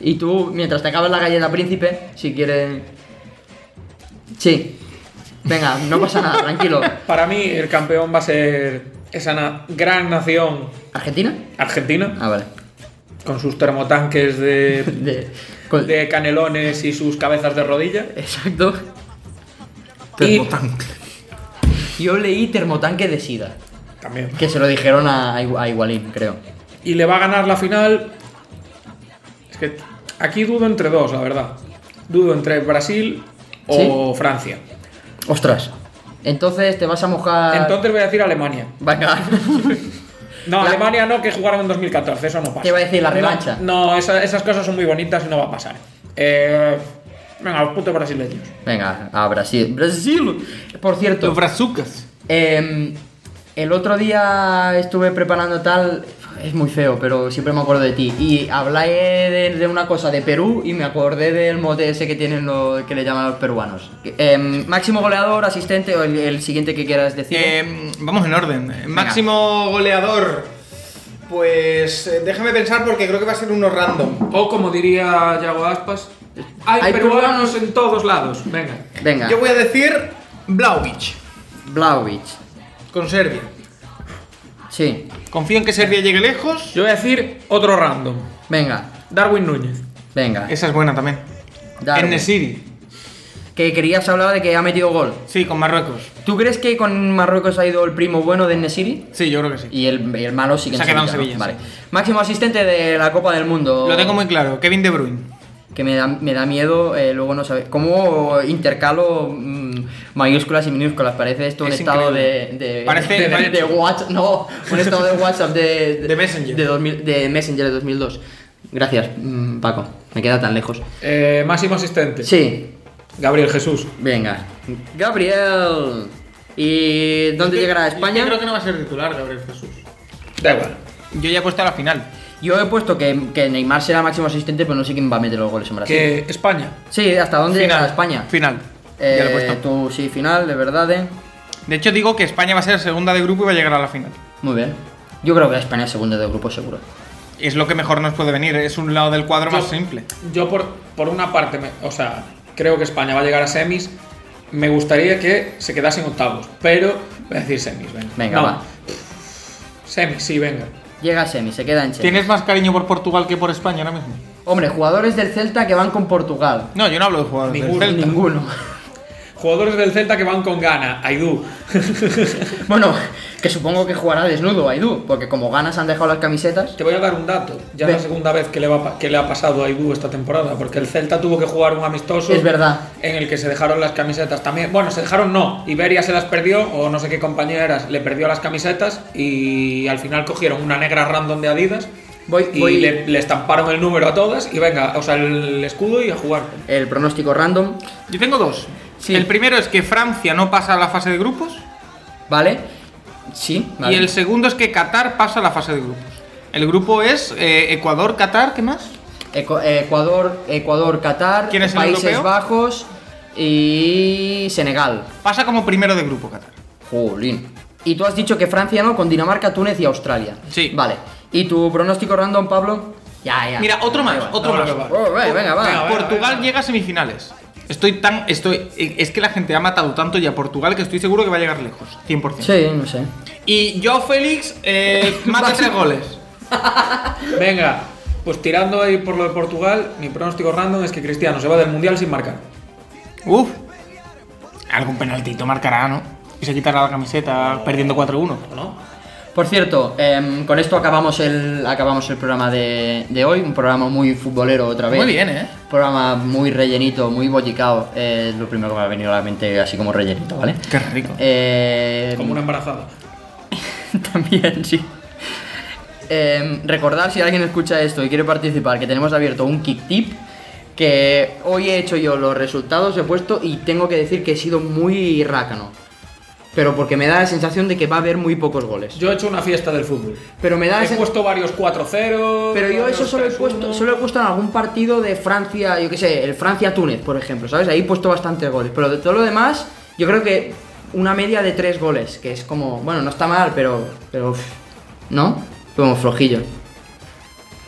Speaker 2: Y tú, mientras te acabas la galleta príncipe, si quieres. Sí. Venga, no pasa nada, tranquilo.
Speaker 3: Para mí, el campeón va a ser esa na- gran nación
Speaker 2: ¿Argentina?
Speaker 3: argentina,
Speaker 2: Ah, vale.
Speaker 3: con sus termotanques de,
Speaker 2: De- con-
Speaker 3: de canelones y sus cabezas de rodilla.
Speaker 2: Exacto.
Speaker 3: Y
Speaker 2: Yo leí termotanque de sida.
Speaker 3: también.
Speaker 2: Que se lo dijeron a, a Igu- a Igualín, creo.
Speaker 3: Y le va a ganar la final. Es que aquí dudo entre dos, la verdad. Dudo entre Brasil o Francia.
Speaker 2: Ostras. Entonces te vas a mojar.
Speaker 3: Entonces voy a decir Alemania.
Speaker 2: Venga.
Speaker 3: No,
Speaker 2: La-
Speaker 3: Alemania no, que jugaron en 2014, eso no pasa.
Speaker 2: Te iba a decir, la revancha.
Speaker 3: No, no, esa- esas cosas son muy bonitas y no va a pasar. Eh, venga, los putos brasileños.
Speaker 2: Venga, a Brasil. ¡Brasil! Por cierto.
Speaker 4: Los brazucas.
Speaker 2: Em, el otro día estuve preparando tal. Es muy feo, pero siempre me acuerdo de ti. Y hablé de, de una cosa de Perú y me acordé del mote ese que tienen lo, que le llaman los peruanos. Em, máximo goleador, asistente o el, el siguiente que quieras decir.
Speaker 4: Eh, vamos en orden. Máximo goleador.
Speaker 5: Pues eh, déjame pensar porque creo que va a ser uno random.
Speaker 3: O como diría Yago Aspas, hay,
Speaker 2: Hay
Speaker 3: peruanos en todos lados. Venga.
Speaker 2: Venga,
Speaker 5: Yo voy a decir Blaovic
Speaker 2: Blaovic.
Speaker 4: Con Serbia.
Speaker 2: Sí,
Speaker 4: Confío en que Serbia llegue lejos.
Speaker 3: Yo voy a decir otro random.
Speaker 2: venga,
Speaker 3: Darwin Núñez.
Speaker 2: venga.
Speaker 4: Esa es buena también.
Speaker 2: Darwin.
Speaker 4: En Nesiri.
Speaker 2: Que querías hablar de que ha metido gol.
Speaker 4: Sí, con Marruecos.
Speaker 2: ¿Tú crees que con Marruecos ha ido el primo bueno de Nesiri?
Speaker 4: Sí, yo creo que sí.
Speaker 2: Y el, y el malo sí que
Speaker 4: Se ha quedado en
Speaker 2: ¿no?
Speaker 4: Sevilla,
Speaker 2: Vale. Máximo asistente de la Copa del Mundo.
Speaker 4: Lo tengo muy claro. Kevin De Bruyne.
Speaker 2: Que me da, me da miedo, eh, luego no saber. ¿Cómo intercalo mm, mayúsculas y minúsculas? Parece esto un
Speaker 4: Es
Speaker 2: estado de,
Speaker 4: increíble.
Speaker 2: de.
Speaker 4: Parece-
Speaker 2: de,
Speaker 4: parece-
Speaker 2: de WhatsApp. No, un estado de WhatsApp de.
Speaker 4: De Messenger.
Speaker 2: De, 2000 de Messenger de 2002. Gracias, mm, Paco. Me queda tan lejos.
Speaker 3: Eh, máximo asistente.
Speaker 2: Sí,
Speaker 3: Gabriel Jesús.
Speaker 2: venga. Gabriel. ¿Y dónde llegará? ¿A España?
Speaker 4: Yo creo que no va a ser titular, Gabriel Jesús.
Speaker 3: Da igual.
Speaker 4: Yo ya he puesto a la final.
Speaker 2: Yo he puesto que, que Neymar será máximo asistente, pero no sé quién va a meter los goles en Brasil.
Speaker 3: Que España.
Speaker 2: Sí, ¿hasta dónde
Speaker 4: Final.
Speaker 2: llega España?
Speaker 4: Final.
Speaker 2: Eh,
Speaker 4: Ya lo he puesto.
Speaker 2: tú sí, final, de verdad. eh.
Speaker 4: De hecho, digo que España va a ser segunda de grupo y va a llegar a la final.
Speaker 2: Muy bien. Yo creo que España es segunda de grupo, seguro.
Speaker 4: Es lo que mejor nos puede venir. Es un lado del cuadro más
Speaker 3: Yo-
Speaker 4: simple.
Speaker 3: Yo por, por una parte, me- o sea, creo que España va a llegar a semis. Me gustaría que se quedasen octavos, pero voy a decir semis, venga.
Speaker 2: Venga,
Speaker 3: No,
Speaker 2: va.
Speaker 3: Semis, sí, venga.
Speaker 2: Llega a semi, se queda en semi.
Speaker 4: ¿Tienes más cariño por Portugal que por España ahora mismo?
Speaker 2: Hombre, jugadores del Celta que van con Portugal.
Speaker 4: No, yo no hablo de jugadores del
Speaker 3: Ninguno.
Speaker 4: Celta.
Speaker 2: Ninguno.
Speaker 3: Jugadores del Celta que van con gana, Aidú.
Speaker 2: bueno, que supongo que jugará desnudo Aidú, porque como ganas han dejado las camisetas.
Speaker 3: Te voy a dar un dato. Ya
Speaker 2: Ve.
Speaker 3: es la segunda vez que le, va a pa- que le ha pasado a Aidú esta temporada, porque el Celta tuvo que jugar un amistoso.
Speaker 2: Es verdad.
Speaker 3: En el que se dejaron las camisetas también. Bueno, se dejaron no. Iberia se las perdió, o no sé qué compañeras le perdió las camisetas, y al final cogieron una negra random de Adidas.
Speaker 2: Voy,
Speaker 3: Y
Speaker 2: voy-
Speaker 3: le, le estamparon el número a todas y venga, o sea, el escudo y a jugar.
Speaker 2: El pronóstico random,
Speaker 4: Yo tengo dos.
Speaker 2: Sí.
Speaker 4: El primero es que Francia no pasa a la fase de grupos.
Speaker 2: ¿vale? Sí, vale.
Speaker 4: Y el segundo es que Qatar pasa a la fase de grupos. El grupo es eh, Ecuador, Qatar, ¿qué más?
Speaker 2: Ecu- Ecuador, Ecuador, Qatar,
Speaker 4: ¿Quién es el
Speaker 2: Países
Speaker 4: europeo?
Speaker 2: Bajos y Senegal.
Speaker 4: Pasa como primero de grupo Qatar.
Speaker 2: Jolín. Y tú has dicho que Francia no, con Dinamarca, Túnez y Australia.
Speaker 4: Sí.
Speaker 2: Vale. ¿Y tu pronóstico random, Pablo? Ya, ya.
Speaker 4: Mira, otro más, otro
Speaker 3: no,
Speaker 4: más. Ah,
Speaker 3: no, no, no.
Speaker 2: Oh, venga, venga, va.
Speaker 3: Venga, va.
Speaker 4: Portugal llega a semifinales. Estoy tan. Estoy, es que la gente ha matado tanto ya a Portugal que estoy seguro que va a llegar lejos. 100%.
Speaker 2: Sí, no sé.
Speaker 4: Y Joao Félix eh, mata tres goles.
Speaker 3: Venga, pues tirando ahí por lo de Portugal, mi pronóstico random es que Cristiano se va del mundial sin marcar.
Speaker 4: Uf. Algún penaltito marcará, ¿no? Y se quitará la camiseta perdiendo 4-1.
Speaker 3: ¿No?
Speaker 2: Por cierto, em, con esto acabamos el, acabamos el programa de, de hoy. Un programa muy futbolero otra vez.
Speaker 4: Muy bien, ¿eh?
Speaker 2: Programa muy rellenito, muy boticado. Eh, es lo primero que me ha venido a la mente, así como rellenito, ¿vale?
Speaker 4: Qué rico.
Speaker 2: Eh,
Speaker 3: Como una embarazada.
Speaker 2: También, sí. Em, recordar si alguien escucha esto y quiere participar, que tenemos abierto un kick tip. Que hoy he hecho yo los resultados, he puesto y tengo que decir que he sido muy rácano. Pero porque me da la sensación de que va a haber muy pocos goles.
Speaker 3: Yo he hecho una fiesta del fútbol.
Speaker 2: Pero me da la
Speaker 3: He
Speaker 2: sen-
Speaker 3: puesto varios 4-0.
Speaker 2: Pero yo eso
Speaker 3: varios
Speaker 2: solo he
Speaker 3: 3-1.
Speaker 2: puesto, solo he puesto en algún partido de Francia, yo qué sé, el Francia-Túnez, por ejemplo, ¿sabes? Ahí he puesto bastantes goles. Pero de todo lo demás, yo creo que una media de tres goles, que es como, bueno, no está mal, pero, pero, uf, ¿no? Como flojillo.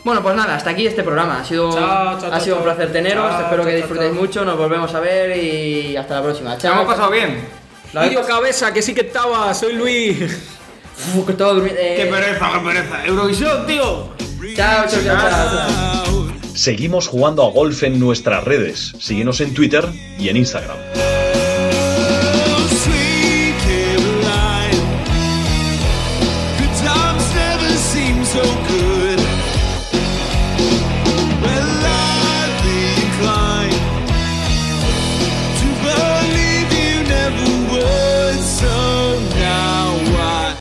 Speaker 2: Bueno, pues nada, hasta aquí este programa. Ha sido,
Speaker 3: Chao, chao,
Speaker 2: ha
Speaker 3: chao,
Speaker 2: sido un
Speaker 3: chao.
Speaker 2: placer teneros.
Speaker 3: Chao,
Speaker 2: Espero que
Speaker 3: chao,
Speaker 2: disfrutéis
Speaker 3: chao.
Speaker 2: mucho. Nos volvemos a ver y hasta la próxima.
Speaker 4: Se
Speaker 2: Chao.
Speaker 4: hemos pasado bien.
Speaker 3: La de cabeza, que sí que estaba, soy Luis.
Speaker 2: Uf, que todo durmi- eh,
Speaker 4: Qué pereza, qué pereza. Eurovisión, tío.
Speaker 2: chao, chao, chao, chao.
Speaker 7: Oh,
Speaker 1: Seguimos jugando a golf en nuestras redes. Síguenos en Twitter y en Instagram.
Speaker 7: Oh, sweet Caroline. Good times never seem so good.